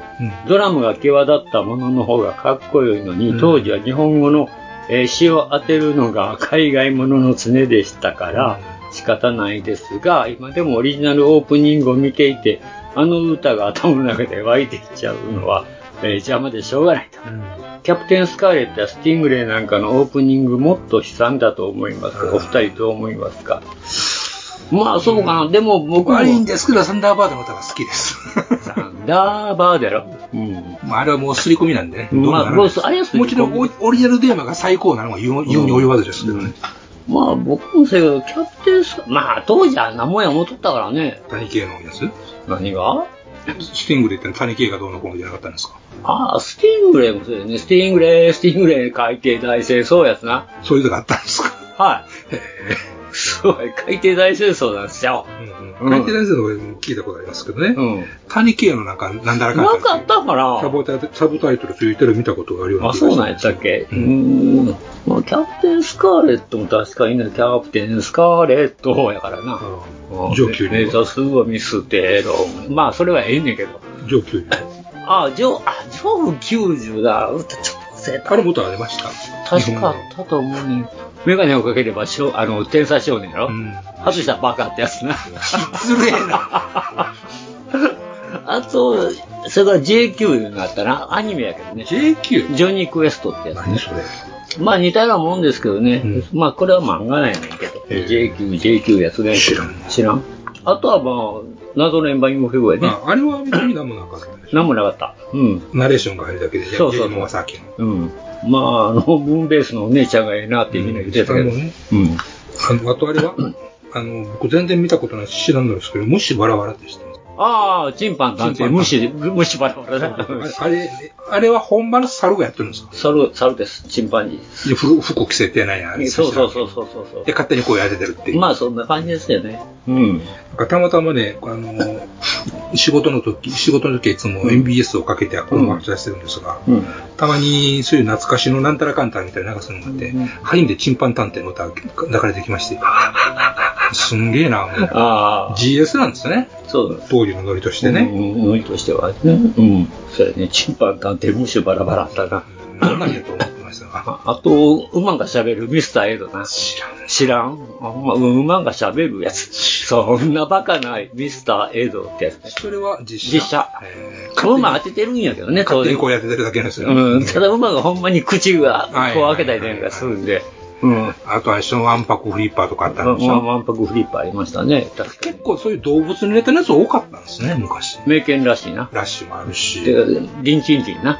[SPEAKER 6] ドラムが際立ったものの方がかっこよいのに、当時は日本語の、えー詩を当てるのが海外ものの常でしたから、仕方ないですが、今でもオリジナルオープニングを見ていて、あの歌が頭の中で湧いてきちゃうのは、えー邪魔でしょうがないと。キャプテンスカーレットやスティングレイなんかのオープニングもっと悲惨だと思いますがお二人どう思いますかまあそうかな、でも僕は
[SPEAKER 7] 悪いんですけど、サンダーバードの歌が好きです。
[SPEAKER 6] サンダーバードやろうん。
[SPEAKER 7] まあ、あれはもう刷り込みなんでね。
[SPEAKER 6] まあ
[SPEAKER 7] どうもならない
[SPEAKER 6] そうあれは刷り込
[SPEAKER 7] も
[SPEAKER 6] み
[SPEAKER 7] ちろんオリオリジナルテーマが最高なのが言う言うに及ばずですけどね。
[SPEAKER 6] まあ僕もそうやけど、キャプテンスカーまあ当時あんなもんや思っとったからね。
[SPEAKER 7] 谷系のやつ
[SPEAKER 6] 何が
[SPEAKER 7] スティングレイって谷系がどうのこうのじゃなかったんですか
[SPEAKER 6] ああ、スティングレイもそうやね。スティングレイ、スティングレイ、海底大戦争やつな。
[SPEAKER 7] そういうのがあったんですか
[SPEAKER 6] はい。 そうや、海底大戦争なんですよ。うん
[SPEAKER 7] 海底大戦争も聞いたことありますけどね。谷系のなんか、なんだらかんだ
[SPEAKER 6] なかったかな
[SPEAKER 7] サブタイサブタイトルついてる見たことがあるような
[SPEAKER 6] あ、そうなんやったっけうーん。まあ、キャプテンスカーレットも確かにね、キャプテンスカーレットやからな。
[SPEAKER 7] 上級
[SPEAKER 6] 目指すはミステロ。まあ、それはええねんけど。
[SPEAKER 7] 上級
[SPEAKER 6] あ、上、あ、上90だ。ちょっと忘れた。あれ
[SPEAKER 7] 元ありました
[SPEAKER 6] 確かあったと思うねん。メガネをかければしょ、あの、天才少年やろ、外したらバカってやつな。失礼な。 あと、それから JQ いうのがあったな。アニメやけどね。
[SPEAKER 7] JQ?
[SPEAKER 6] ジョニークエストってやつ、ね。
[SPEAKER 7] 何それ
[SPEAKER 6] まあ似たようなもんですけどね。まあこれは漫画なんやねんけど。JQ、JQ やつね。知らん。知らん。あとはまあ、謎の円盤インフィグやね。
[SPEAKER 7] ああれは別に何もなかった。
[SPEAKER 6] なんもなかった。うん。
[SPEAKER 7] ナレーションが入るだけで、や
[SPEAKER 6] そうそうそう
[SPEAKER 7] ゲームはさっきの。
[SPEAKER 6] うん。まあ、あの、ムーンベースのお姉ちゃんがええなってみんな言ってたけど。
[SPEAKER 7] うん
[SPEAKER 6] ね。
[SPEAKER 7] あのあとあれは、あの、僕全然見たことないし知らんのですけど、もしバラバラでした。
[SPEAKER 6] ああ、チンパン探偵、虫、虫バラバラだ。
[SPEAKER 7] あれ、あれは本場の猿がやってるんですか
[SPEAKER 6] 猿、猿です。チンパンジーです。
[SPEAKER 7] で服服着せてないやんあれ。
[SPEAKER 6] そうそうそうそうそうそう
[SPEAKER 7] で、勝手に声当ててるっていう。
[SPEAKER 6] まあそんな感じですよね。うん。
[SPEAKER 7] たまたまね、あの、仕事の時、仕事の時はいつも MBS をかけて音楽をしてるんですが、
[SPEAKER 6] うん。
[SPEAKER 7] たまにそういう懐かしのなんたらかんたらみたいな流すのがあって、ハインでチンパン探偵の歌が流れてきまして、すんげえな、もう
[SPEAKER 6] ああ。
[SPEAKER 7] GS なんですよね。
[SPEAKER 6] そうです。
[SPEAKER 7] 当時のノリとしてね。
[SPEAKER 6] うん、ノリとしてはね。うん。そうやね。チンパン探偵、ムッシュバラバラだな。
[SPEAKER 7] 何なんやと思ってましたが。
[SPEAKER 6] あと、馬が喋るミスターエイドな。知
[SPEAKER 7] ら
[SPEAKER 6] ん。知らんあほんま、うん馬が喋るやつ。そんなバカないミスターエイドってやつね。
[SPEAKER 7] それは実
[SPEAKER 6] 写。実写。馬当ててるんやけどね、
[SPEAKER 7] 勝手に声当ててるだけなんですよ。
[SPEAKER 6] うん。ただ馬がほんまに口がこう開けたりなんかするんで。うん。
[SPEAKER 7] あと、あれ、そのワンパクフリッパーとかあったんでし
[SPEAKER 6] まあ、
[SPEAKER 7] ょ。
[SPEAKER 6] ワンパクフリッパーありましたね。
[SPEAKER 7] 結構そういう動物にネタのやつ多かったんですね、昔。
[SPEAKER 6] 名犬らしいな。
[SPEAKER 7] ラッシュもあるし。
[SPEAKER 6] てか、リンチンチンな。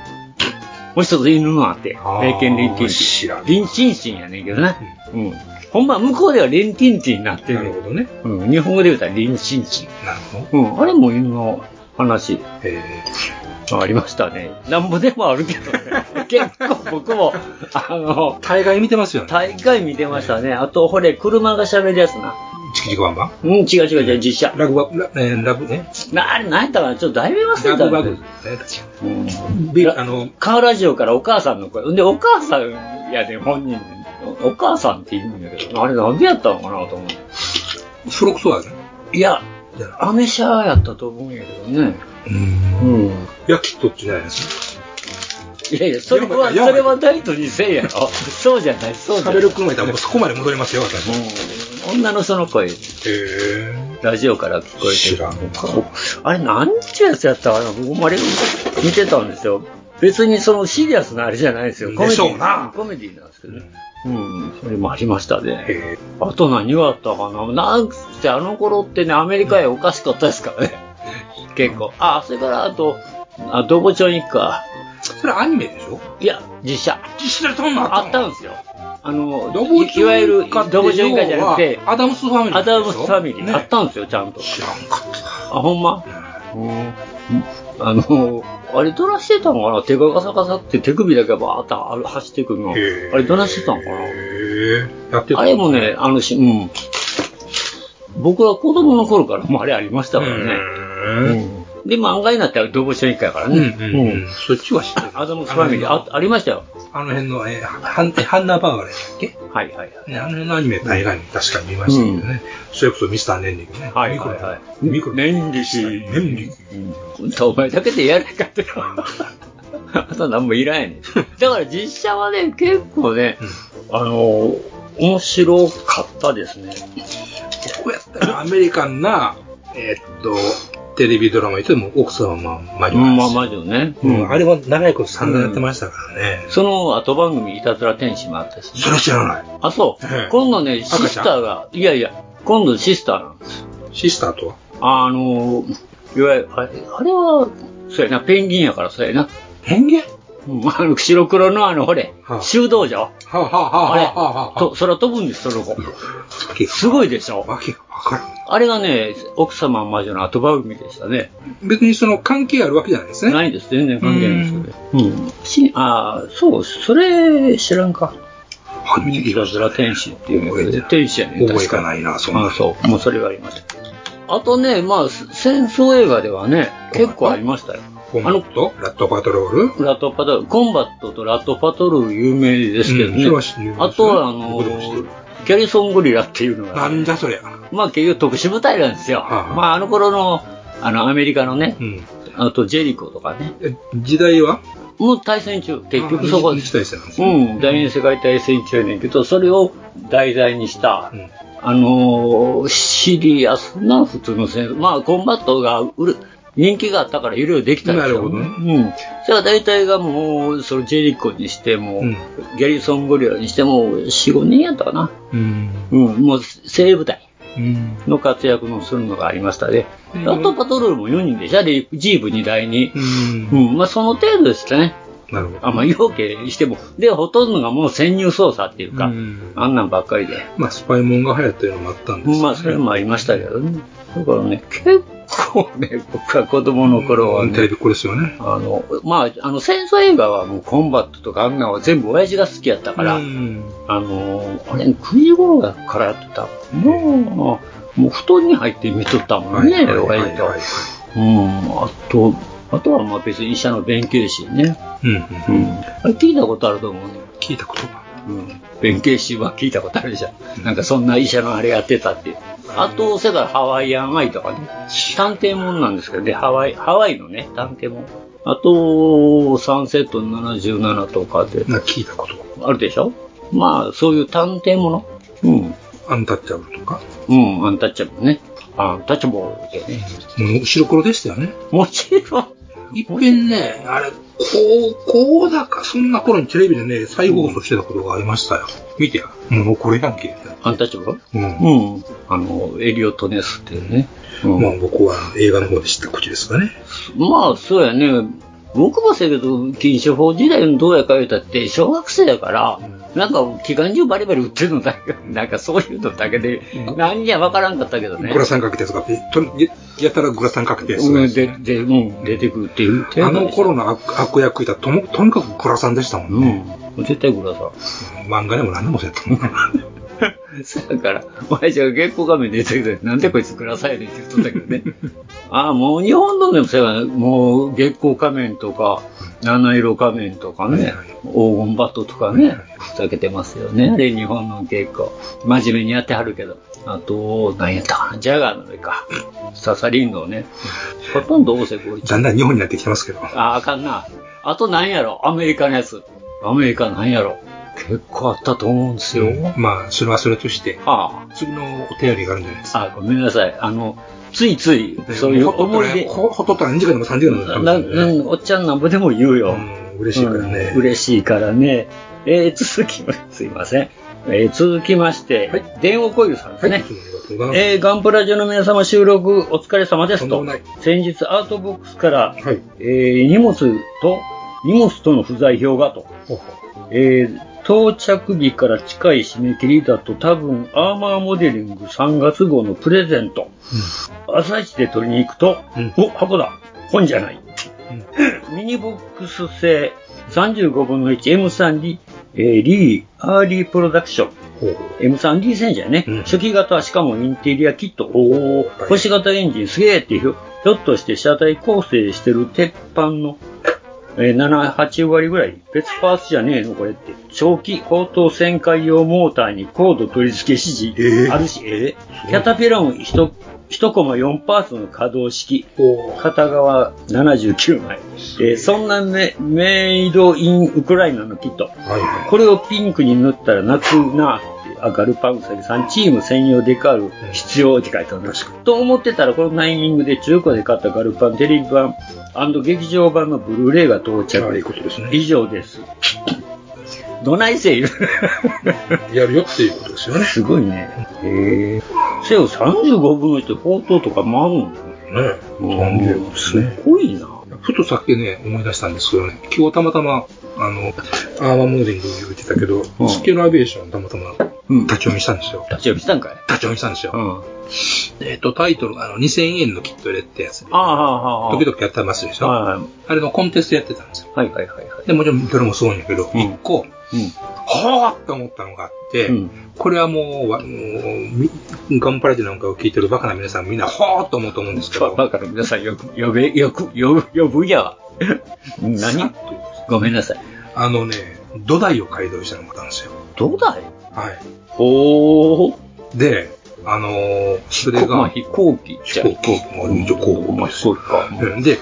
[SPEAKER 6] もう一つ犬もあって、名犬リンチンチン。リンチンチンやねんけどな。うん。ほんま、向こうではリンチンチンになってる。なる
[SPEAKER 7] ほどね。
[SPEAKER 6] うん。日本語で言うたらリンチンチン。
[SPEAKER 7] なるほど。
[SPEAKER 6] うん。あれも犬の話。ありましたね。なんぼでもあるけど ね。結構僕も、あの、
[SPEAKER 7] 大概見てますよね。
[SPEAKER 6] 大概見てましたね。あと、ほれ、車が喋るやつな。
[SPEAKER 7] チキチキバンバ
[SPEAKER 6] う
[SPEAKER 7] ン
[SPEAKER 6] ん、違う違う違う、実写。
[SPEAKER 7] ラグバ、ラ、えーラブ、ね。
[SPEAKER 6] な、あれ、なんやったかなちょっとだいぶ忘れた、ね。
[SPEAKER 7] ラブバグ。えービあの、
[SPEAKER 6] カーラジオからお母さんの声。んで、お母さんいや、でも本人、おお母さんって言うんだけど、あれなんでやったのかなと思って。
[SPEAKER 7] それこそやね。
[SPEAKER 6] いや、アメ車やったと思うんやけどね。
[SPEAKER 7] うん。いや、きっとってないです。
[SPEAKER 6] いやいや、それは、それはダイトにせえやろ。そうじゃない、そうじゃない。
[SPEAKER 7] 喋る車いたらもうそこまで戻りますよ、私。
[SPEAKER 6] 女のその声。ラジオから聞こえてる。あれ、なんちゅうやつやったかな僕もあれ見てたんですよ。別にそのシリアスなあれじゃないですよ。コメ
[SPEAKER 7] で
[SPEAKER 6] デ
[SPEAKER 7] しょう
[SPEAKER 6] ィ
[SPEAKER 7] な。
[SPEAKER 6] コメディなんですけどね。うん、それもありましたね。あと何があったかななんてあの頃ってね、アメリカへおかしかったですからね。結構。あ、それからあと、あ、ドボチョン一家。
[SPEAKER 7] それアニメでしょ
[SPEAKER 6] いや、実写。
[SPEAKER 7] 実写でそんなん
[SPEAKER 6] あったんですよ。あの、
[SPEAKER 7] ドボチョン一家って
[SPEAKER 6] いわゆるドボチョン一家じゃなくて
[SPEAKER 7] 要、はアダムスファミリー
[SPEAKER 6] ア
[SPEAKER 7] でしょ
[SPEAKER 6] ダムスファミリー、
[SPEAKER 7] ね
[SPEAKER 6] あったんですよ、ちゃんと。知らんかった。あ、ほんまうんあの、あれどらしてたのかな手がガサガサって手首だけバーってある走っていくの。あれどらしてたのかなあれもね、あのし、うん。僕は子供の頃からもうあれありましたからね。うんで、漫画になったら動物園一回やからね。
[SPEAKER 7] うんうんうん
[SPEAKER 6] そっちは知ってる。アダムスファミリー、あありましたよ。
[SPEAKER 7] あの辺の、えー、ハンハンナーバーガーでしたっけ
[SPEAKER 6] はいはいはい。
[SPEAKER 7] ね、あの辺のアニメ大概に確かに見ましたけどね。それこそミスター年力ね。はいはいはい。ミクロ。
[SPEAKER 6] 年力。年力。お前だけでやらなかったよ。あと何もいらんやねん。だから実写はね、結構ね、あの、面白かったですね。
[SPEAKER 7] アメリカンな、えーっと、テレビドラマ言っても奥様はマリオ。
[SPEAKER 6] うんまあマリオね。
[SPEAKER 7] うんあれ
[SPEAKER 6] は
[SPEAKER 7] 長いこと散々やってましたからね。
[SPEAKER 6] その後番組、いたずら天使もあったし、それ知らない。あ、そう。今度ね、シ
[SPEAKER 7] 赤
[SPEAKER 6] ス
[SPEAKER 7] ちゃ
[SPEAKER 6] タ
[SPEAKER 7] ん
[SPEAKER 6] ーが、いやいや、今度シスターなんです。シスターとはあの、いわゆる、あれあれは、そうやな、ペンギンやから、そうやな。ペンギンうん、あの、白黒のあの、ほれ、修道場。はあ、はあ、あれ、と、空飛ぶんです、その子。すごいでしょ。わけあれがね、奥様魔女の後番組でしたね。別にその関係あるわけじゃないですね。ないです、全然関係ないです。うん。しああ、そう、それ知らんか。いたずら天使っていうのが天使やね
[SPEAKER 7] 覚えが
[SPEAKER 6] ないな、そんな。あそう、もうそれがありました。あとね、まあ、戦争映画ではね、結構ありましたよ。あの、ラットパトロールラットパトロール。コンバットとラットパトロール有名ですけどね。
[SPEAKER 7] うんそれは有名ですね
[SPEAKER 6] あとは、あの、キャリソンゴリラっていうのが。なんだそりゃ。まあ、結局特殊部隊なんですよ。まあ、あの頃の、あの、アメリカのね、あと、ジェリコとかね。時代はもう大戦中。結局そこです。うん。第二次世界大戦中やねんけど、それを題材にした、あのーシリアスな普通の戦争。まあ、コンバットが売る、人気があったからいろいろできたんですよ。なるほどうん。それは大体がもう、そのジェリコにしても、ギャリソンゴリラにしても、4、5人やったかな。
[SPEAKER 7] うん。
[SPEAKER 6] うん。もう、精鋭部隊。
[SPEAKER 7] うん。
[SPEAKER 6] の活躍もするのがありましたね。
[SPEAKER 7] うん
[SPEAKER 6] ラットパトロールも4人でしょで、ジープ2台に。うん。まあ、その程度でしたね。
[SPEAKER 7] なるほど。
[SPEAKER 6] あ、まあ、要件にしても。で、ほとんどがもう潜入捜査っていうか、あんなんばっかりで。
[SPEAKER 7] まあ、スパイモンが流行ったようのもあったんです
[SPEAKER 6] まあ、それもありましたけどね。だからね、結構ね、 僕は子供の頃はね。テレビこれですよね。あの、まあ、あの、戦争映画はもうコンバットとかあんなんは全部親父が好きやったから、あの、あれ、9時頃からやってた。もう、もう布団に入って見とったもんね、親父と。うん、あと、あとはまあ別に医者の勉強士ね。
[SPEAKER 7] うん。
[SPEAKER 6] うん。あれ聞いたことあると思うね。聞いたことが。うん。弁慶師は聞いたことあるじゃん。なんかそんな医者のあれやってたって。あと、せからハワイアンアイとかね。探偵もんなんですけどね、ハワイ、ハワイのね、探偵もん。あと、サンセット77とかで。聞いたことあるでしょまあ、そういう探偵もの。うん。アンタッチャブルとかうん、アンタッチャブルね。アンタッチャブルでね。
[SPEAKER 7] もう白黒でしたよね。
[SPEAKER 6] もちろん。
[SPEAKER 7] いっぺんね、あれ、高校だか、そんな頃にテレビでね、再放送してたことがありましたよ。見てや。もうこれやんけ。
[SPEAKER 6] アンタッチャブル
[SPEAKER 7] うん。
[SPEAKER 6] うん。あの、エリオットネスっていうね。
[SPEAKER 7] まあ僕は映画の方で知った口ですかね。
[SPEAKER 6] まあ、そうやね。僕もせやけど、禁止法時代のどうやか言うたって、小学生やから、なんか、機関銃バリバリ撃ってるのだけ、なんかそういうのだけで、何じゃわからんかったけどね。
[SPEAKER 7] グラサンかけてとか、えとにやたらグラサンかけてとか
[SPEAKER 6] うん、で、で、うん、出てくるっていう程
[SPEAKER 7] あ
[SPEAKER 6] 度
[SPEAKER 7] の
[SPEAKER 6] でした。
[SPEAKER 7] 頃の悪悪役いたらとも、とにかくグラサンでしたもんね。
[SPEAKER 6] 絶対グラサン。
[SPEAKER 7] 漫画でも何でもそうやった もんね。
[SPEAKER 6] だから、親父が月光画面出てきて、なんでこいつくださいねって 言っとったけどね。ああ、もう日本のでもそうやなもう月光仮面とか、七色仮面とかね、黄金バットとかね、ふざけてますよね。で、日本の結構、真面目にやってはるけど。あと、何やったかな、ジャガーの上か。ササリンゴね。ほとんど大瀬光一。
[SPEAKER 7] だんだん日本になってきてますけど。
[SPEAKER 6] あ、あかんな。あと何やろアメリカのやつ。アメリカ何やろ結構あったと思うんですよ。
[SPEAKER 7] まあ、それはそれとして、
[SPEAKER 6] ああ。
[SPEAKER 7] 次のお便りがあるんじゃないですか。
[SPEAKER 6] あ、ごめんなさい。あの、ついつい、そういう思い出。
[SPEAKER 7] ほほとっとら2時間でも3時間でも多分
[SPEAKER 6] ななんおっちゃんなんぼでも言うよ。
[SPEAKER 7] 嬉しいからね
[SPEAKER 6] うん嬉しいからね。えー続きま、すいません。えー続きまして、電話コイルさんですね。えーガンプラジオの皆様収録お疲れ様ですと。先日アートボックスから、えー荷物と、荷物との不在票がと。えー到着日から近い締め切りだと多分アーマーモデリング3月号のプレゼント。朝一で取りに行くと、お、箱だ本じゃない。ミニボックス製35分の 1M3D、えーリー、アーリープロダクション。M3D 戦車やね、初期型はしかもインテリアキット、おー、星型エンジンすげーってひょひょっとして車体構成してる鉄板の、えー7、8割ぐらい、別パーツじゃねえのこれって。長期砲塔旋回用モーターに高度取り付け指示、あるし、えーキャタピラン1、1コマ4パーツの可動式、片側79枚、えーそんなメメイドインウクライナのキット、これをピンクに塗ったら泣くなって、あガルパウサギさん、チーム専用デカール必要って書いてあると思ってたら、このタイミングで中古で買ったガルパン、テレビ版劇場版のブルーレイが到着。以上です。どないせいる
[SPEAKER 7] やるよっていうことですよね。
[SPEAKER 6] すごいね。へえ。せよ35分の1って宝刀とかもあるんだ
[SPEAKER 7] ね35
[SPEAKER 6] すごいな。
[SPEAKER 7] ふとさっきね、思い出したんですけどね、今日たまたま、あの、アーマーモーディング言ってたけど、
[SPEAKER 6] うん
[SPEAKER 7] スケールアビエーションたまたま立ち読みしたんですよ。
[SPEAKER 6] 立ち読みしたんかい
[SPEAKER 7] 立ち読みしたんですよ。えっと、タイトル、あの、2000円のキットでってやつ。
[SPEAKER 6] ああ、はあ、はあ。
[SPEAKER 7] 時々やってますでしょ。
[SPEAKER 6] は
[SPEAKER 7] あれのコンテストやってたんですよ。
[SPEAKER 6] はいはいはいはい。
[SPEAKER 7] で、もちろんどれもそうなんやけど、一個、はあって思ったのがあって、これはもう、わもうみガンパレードなんかを聞いてるバカな皆さんみんな、はあと思うと思うんですけど、
[SPEAKER 6] バカな皆さん、よく、呼べ、よく、呼ぶ、呼ぶやわ。何ごめんなさい。
[SPEAKER 7] あのね、土台を改造したのがあったんですよ。
[SPEAKER 6] 土台
[SPEAKER 7] はい。
[SPEAKER 6] おー。
[SPEAKER 7] で、あのー、それ
[SPEAKER 6] まあ
[SPEAKER 7] が、
[SPEAKER 6] 飛行機
[SPEAKER 7] 飛行機、まあ、一応こう、まあ、飛
[SPEAKER 6] 行機か。
[SPEAKER 7] うんで、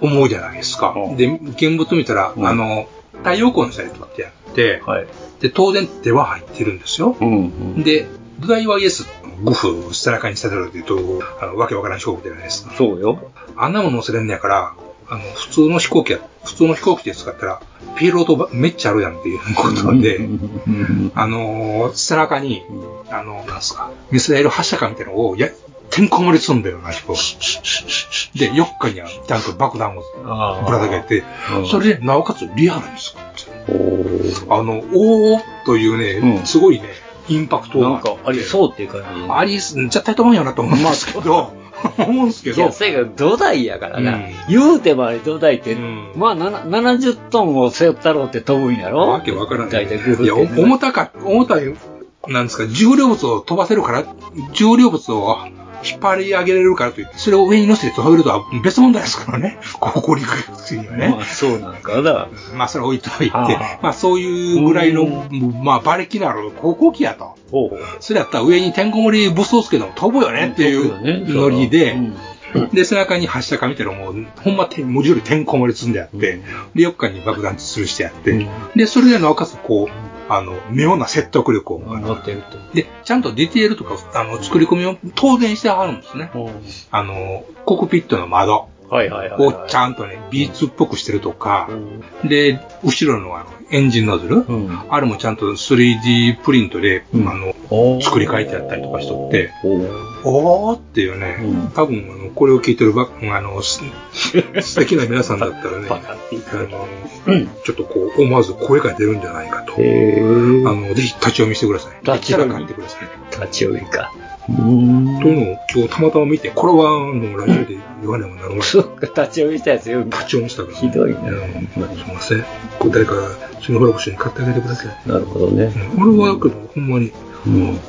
[SPEAKER 7] 思うじゃないですか。で、現物見たら、あの、太陽光の下に取ってやって、で、当然手は入ってるんですよ。で、土台はイエス、グフを下らかにしたてるっていうと、あの、わけわからん飛行機じゃないですか。
[SPEAKER 6] そうよ。
[SPEAKER 7] あんなもの乗せれんねやから、あの、普通の飛行機や、普通の飛行機で使ったら、ピロートばめっちゃあるやんっていうことで、あのー、背中に、あのー、なんすか、ミサイル発射管みたいなのを、や、てんこ盛りすんだよな、飛行 機。で、4日には、ちゃんと爆弾をぶら下げて
[SPEAKER 6] うん、
[SPEAKER 7] それで、なおかつリアルに作って。あの、おーというね、すごいね、インパクトがあって
[SPEAKER 6] なんかありそうっていう感じ
[SPEAKER 7] あり、絶対と思うよなと思うんですけど、思うんですけ
[SPEAKER 6] い
[SPEAKER 7] ど
[SPEAKER 6] や、、せやけど土台やからな。
[SPEAKER 7] うん
[SPEAKER 6] 言うてもあれ土台って、まあ、なな70トンを背負ったろうって飛ぶんやろわけ
[SPEAKER 7] わからん
[SPEAKER 6] 大体グフ
[SPEAKER 7] いや、お
[SPEAKER 6] ってね
[SPEAKER 7] 重たか、重たい、なんですか、重量物を飛ばせるから、重量物を引っ張り上げれるからといって、それを上に乗せて飛べるとは別問題ですからね。ここに行くっていうのはね。
[SPEAKER 6] まあ、そうなんかだ。
[SPEAKER 7] まあ、それは置いといて、まあ、そういうぐらいの、まあ、馬力のある航空機やと。それやったら上にてんこ盛り武装すけども飛ぶよねっていうノリで、で、背中に発射かみたいなのも、ほんまてん、文字よりてんこ盛り積んであって、で、4日に爆弾するしてやって、で、それでなおかつ、こう、あの、妙な説得力を持
[SPEAKER 6] ってると。
[SPEAKER 7] で、ちゃんとディテールとか、あの、作り込みを当然してはるんですね。あの、コックピットの窓。
[SPEAKER 6] はいはいはいはい
[SPEAKER 7] をちゃんとね、ビーツっぽくしてるとか、で、後ろのあのエンジンノズル、あれもちゃんと 3D プリントで、あの、作り変えてあったりとかしとって、おーっていうね、多分あのこれを聞いてるば、あの、す 素敵な皆さんだったらね、あのちょっとこう、思わず声が出るんじゃないかと、あの、ぜひ立ち読みしてください。立ち読み。買ってください。
[SPEAKER 6] 立ち読みか。
[SPEAKER 7] というのを今日たまたま見て、これはもうラジオで言わねばならない。
[SPEAKER 6] そうか、立ち読みしたやつよ。立
[SPEAKER 7] ち読みしたから。
[SPEAKER 6] ひどいな。
[SPEAKER 7] すみません。これ誰か、シノブラボシに買ってあげてください。
[SPEAKER 6] なるほどね。
[SPEAKER 7] これは、けどほんまに、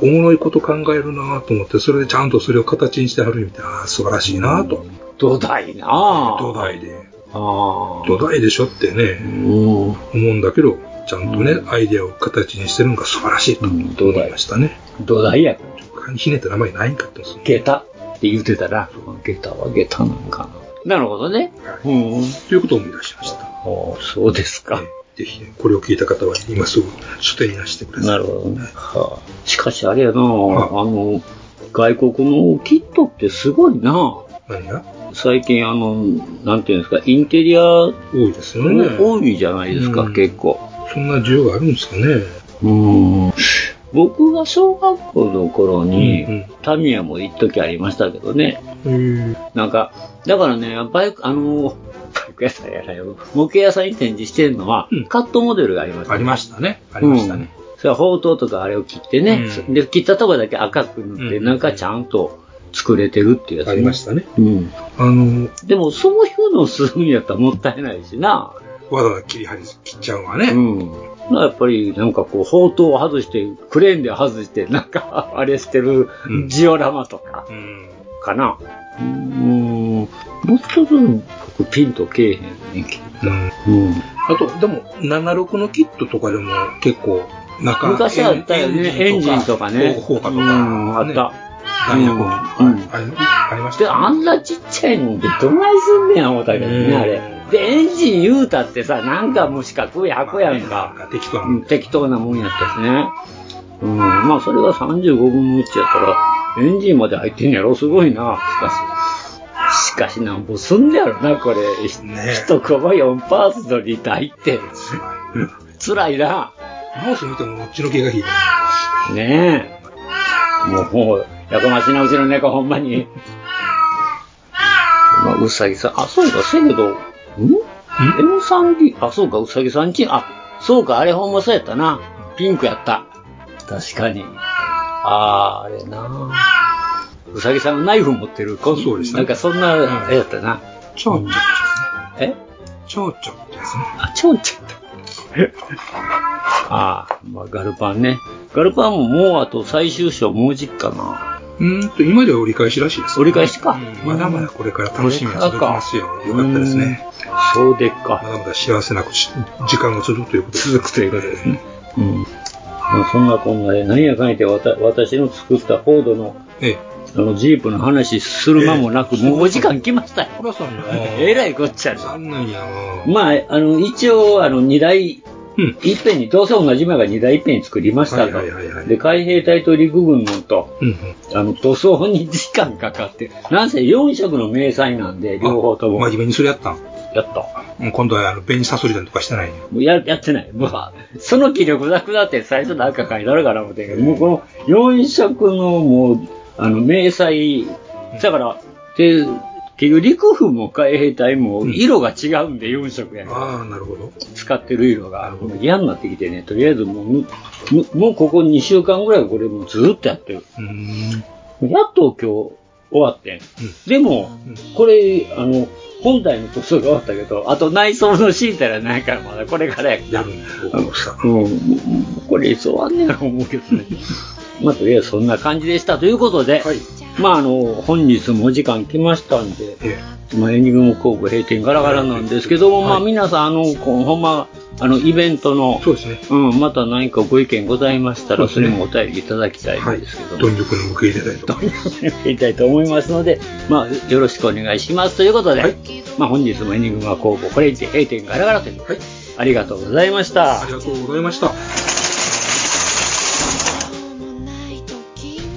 [SPEAKER 7] おもろいこと考えるなと思って、それでちゃんとそれを形にしてはるみたいな、あー素晴らしいなと。
[SPEAKER 6] 土台なぁ。
[SPEAKER 7] 土台で。土台でしょってね、思うんだけど、ちゃんとね、アイデアを形にしてるのが素晴らしいと思いましたね。
[SPEAKER 6] 土台や。
[SPEAKER 7] 他にひねった名前ないんかってます。
[SPEAKER 6] 下駄って言ってたら、下駄は下駄なんかな。なるほどね。うん。
[SPEAKER 7] ということを思い出しました。
[SPEAKER 6] そうですか。
[SPEAKER 7] ぜひ、ね、これを聞いた方は今すぐ書店にいらしてくださ
[SPEAKER 6] な
[SPEAKER 7] い。
[SPEAKER 6] るほどね。はあ、しかしあれやな、あの、外国のキットってすごいな。
[SPEAKER 7] 何が
[SPEAKER 6] 最近あの、なんていうんですか、インテリア多
[SPEAKER 7] いですよね
[SPEAKER 6] 多いじゃないですか、結構。
[SPEAKER 7] そんな需要があるんですかね。
[SPEAKER 6] うん。僕が小学校の頃に、タミヤも一時ありましたけどね。なんか、だからね、バイク、あの、バイク屋さんやらよ。模型屋さんに展示してるのは、カットモデルがありました、
[SPEAKER 7] ありましたね。ありましたね。
[SPEAKER 6] それはほうとうとかあれを切ってね、で、切ったとこだけ赤く塗って、なんかちゃんと作れてるっていうやつ、
[SPEAKER 7] ありましたね。
[SPEAKER 6] うん。
[SPEAKER 7] あの、
[SPEAKER 6] でも、そういうのをするんやったらもったいないしな。
[SPEAKER 7] わざわざ切り張り切っちゃうわね。
[SPEAKER 6] うん。やっぱり、なんかこう、砲塔を外して、クレーンで外して、なんか、あれしてるジオラマとか、かな。うん。もう一つ、僕、ピンとけえへんねんけど。うん。
[SPEAKER 7] あと、でも、76のキットとかでも結構、中
[SPEAKER 6] 昔あったよね。エンジンとかね。
[SPEAKER 7] 効果とか。
[SPEAKER 6] うん、あった。
[SPEAKER 7] 弾薬
[SPEAKER 6] うんうん
[SPEAKER 7] ありました
[SPEAKER 6] で、あんなちっちゃいのってどないすんねや思ったけどね、あれ。で、エンジン言うたってさ、なんかもう四角い箱やんか。
[SPEAKER 7] 適当
[SPEAKER 6] な。適当なもんやったしね。うん、まあそれが35分の1やから、エンジンまで入ってんやろ、すごいな、しかし。しかしなんぼすんねやろな、これ。一コマ4パーツのリタイって。辛いな。
[SPEAKER 7] マウス見てもこっちの毛が引い
[SPEAKER 6] た。ねえ。もう、もう、やかましなうちの猫ほんまに。まあ、うさぎさん、あ、そうか、せやけど、ん ?M3D、あ、そうか、うさぎさんち、あ、そうか、あれほんまそうやったな。ピンクやった。確かに。ああ、あれなうさぎさんがナイフ持ってる。こそうですね。なんかそんな、あれやったな。
[SPEAKER 7] ちょうちょ
[SPEAKER 6] ですね。え
[SPEAKER 7] ちょうちょってですね。
[SPEAKER 6] あ、ちょうちょって。 ああ、まあ、ガルパンね。ガルパンももうあと最終章もうじっかな。
[SPEAKER 7] うーんと、今では折り返しらしいです、
[SPEAKER 6] 折り返しか。
[SPEAKER 7] まだまだこれから楽しみが続きますよ。よかったですね。
[SPEAKER 6] そうでっか。
[SPEAKER 7] まだまだ幸せな時間が続くということ
[SPEAKER 6] 続くということですね。うん。まあ、そんなこんなで、何やかんやってわた私の作ったフォードの、あの、ジープの話する間もなく、もうお時間来ましたよ。えらいこっちゃね。まあ、あの、一応、あの、二台、いっぺんに、どうせ同じ前が二台いっぺんに作りましたと。で、海兵隊と陸軍のと、あの、塗装に時間かかって、なんせ4色の迷彩なんで、両方とも。
[SPEAKER 7] 真面目にそれやったん
[SPEAKER 6] やった。
[SPEAKER 7] もう今度はあの紅さそりだとかしてないよ。
[SPEAKER 6] もうややってない。もう、その気力なくなって最初なんか書いてあるから思ってんけど、もうこの4色のもう、あの、明細、だから、で、結局陸軍も海兵隊も色が違うんで4色やね、
[SPEAKER 7] ああ、なるほど。
[SPEAKER 6] 使ってる色がもう嫌になってきてね、とりあえずもうむ、むもうここ2週間ぐらいこれもうずっとやってる。やっと今日終わってん。でも、これ、あの、本体の塗装が終わったけど、あと内装のシーンたらないからまだこれからやから。うん、これいつ終わんねやろ思うけどね。 まあとりあえずそんな感じでしたということで、まああの、本日もお時間来ましたんで、まあ、エンディングも工具閉店ガラガラなんですけども、まあ皆さん、あの、こうほんま、あの、イベントの、
[SPEAKER 7] そうですね。
[SPEAKER 6] うん、また何かご意見ございましたら、
[SPEAKER 7] そ
[SPEAKER 6] そう
[SPEAKER 7] で
[SPEAKER 6] れ
[SPEAKER 7] すね
[SPEAKER 6] もお便りいただきたい んですけども、
[SPEAKER 7] 貪欲の受け入れたいと。
[SPEAKER 6] やりたいと思いますので、まあ、よろしくお願いしますということで、まあ、本日もエンディングは工房これにて閉店ガラガラという、ありがとうございましたあ
[SPEAKER 7] りがとうございました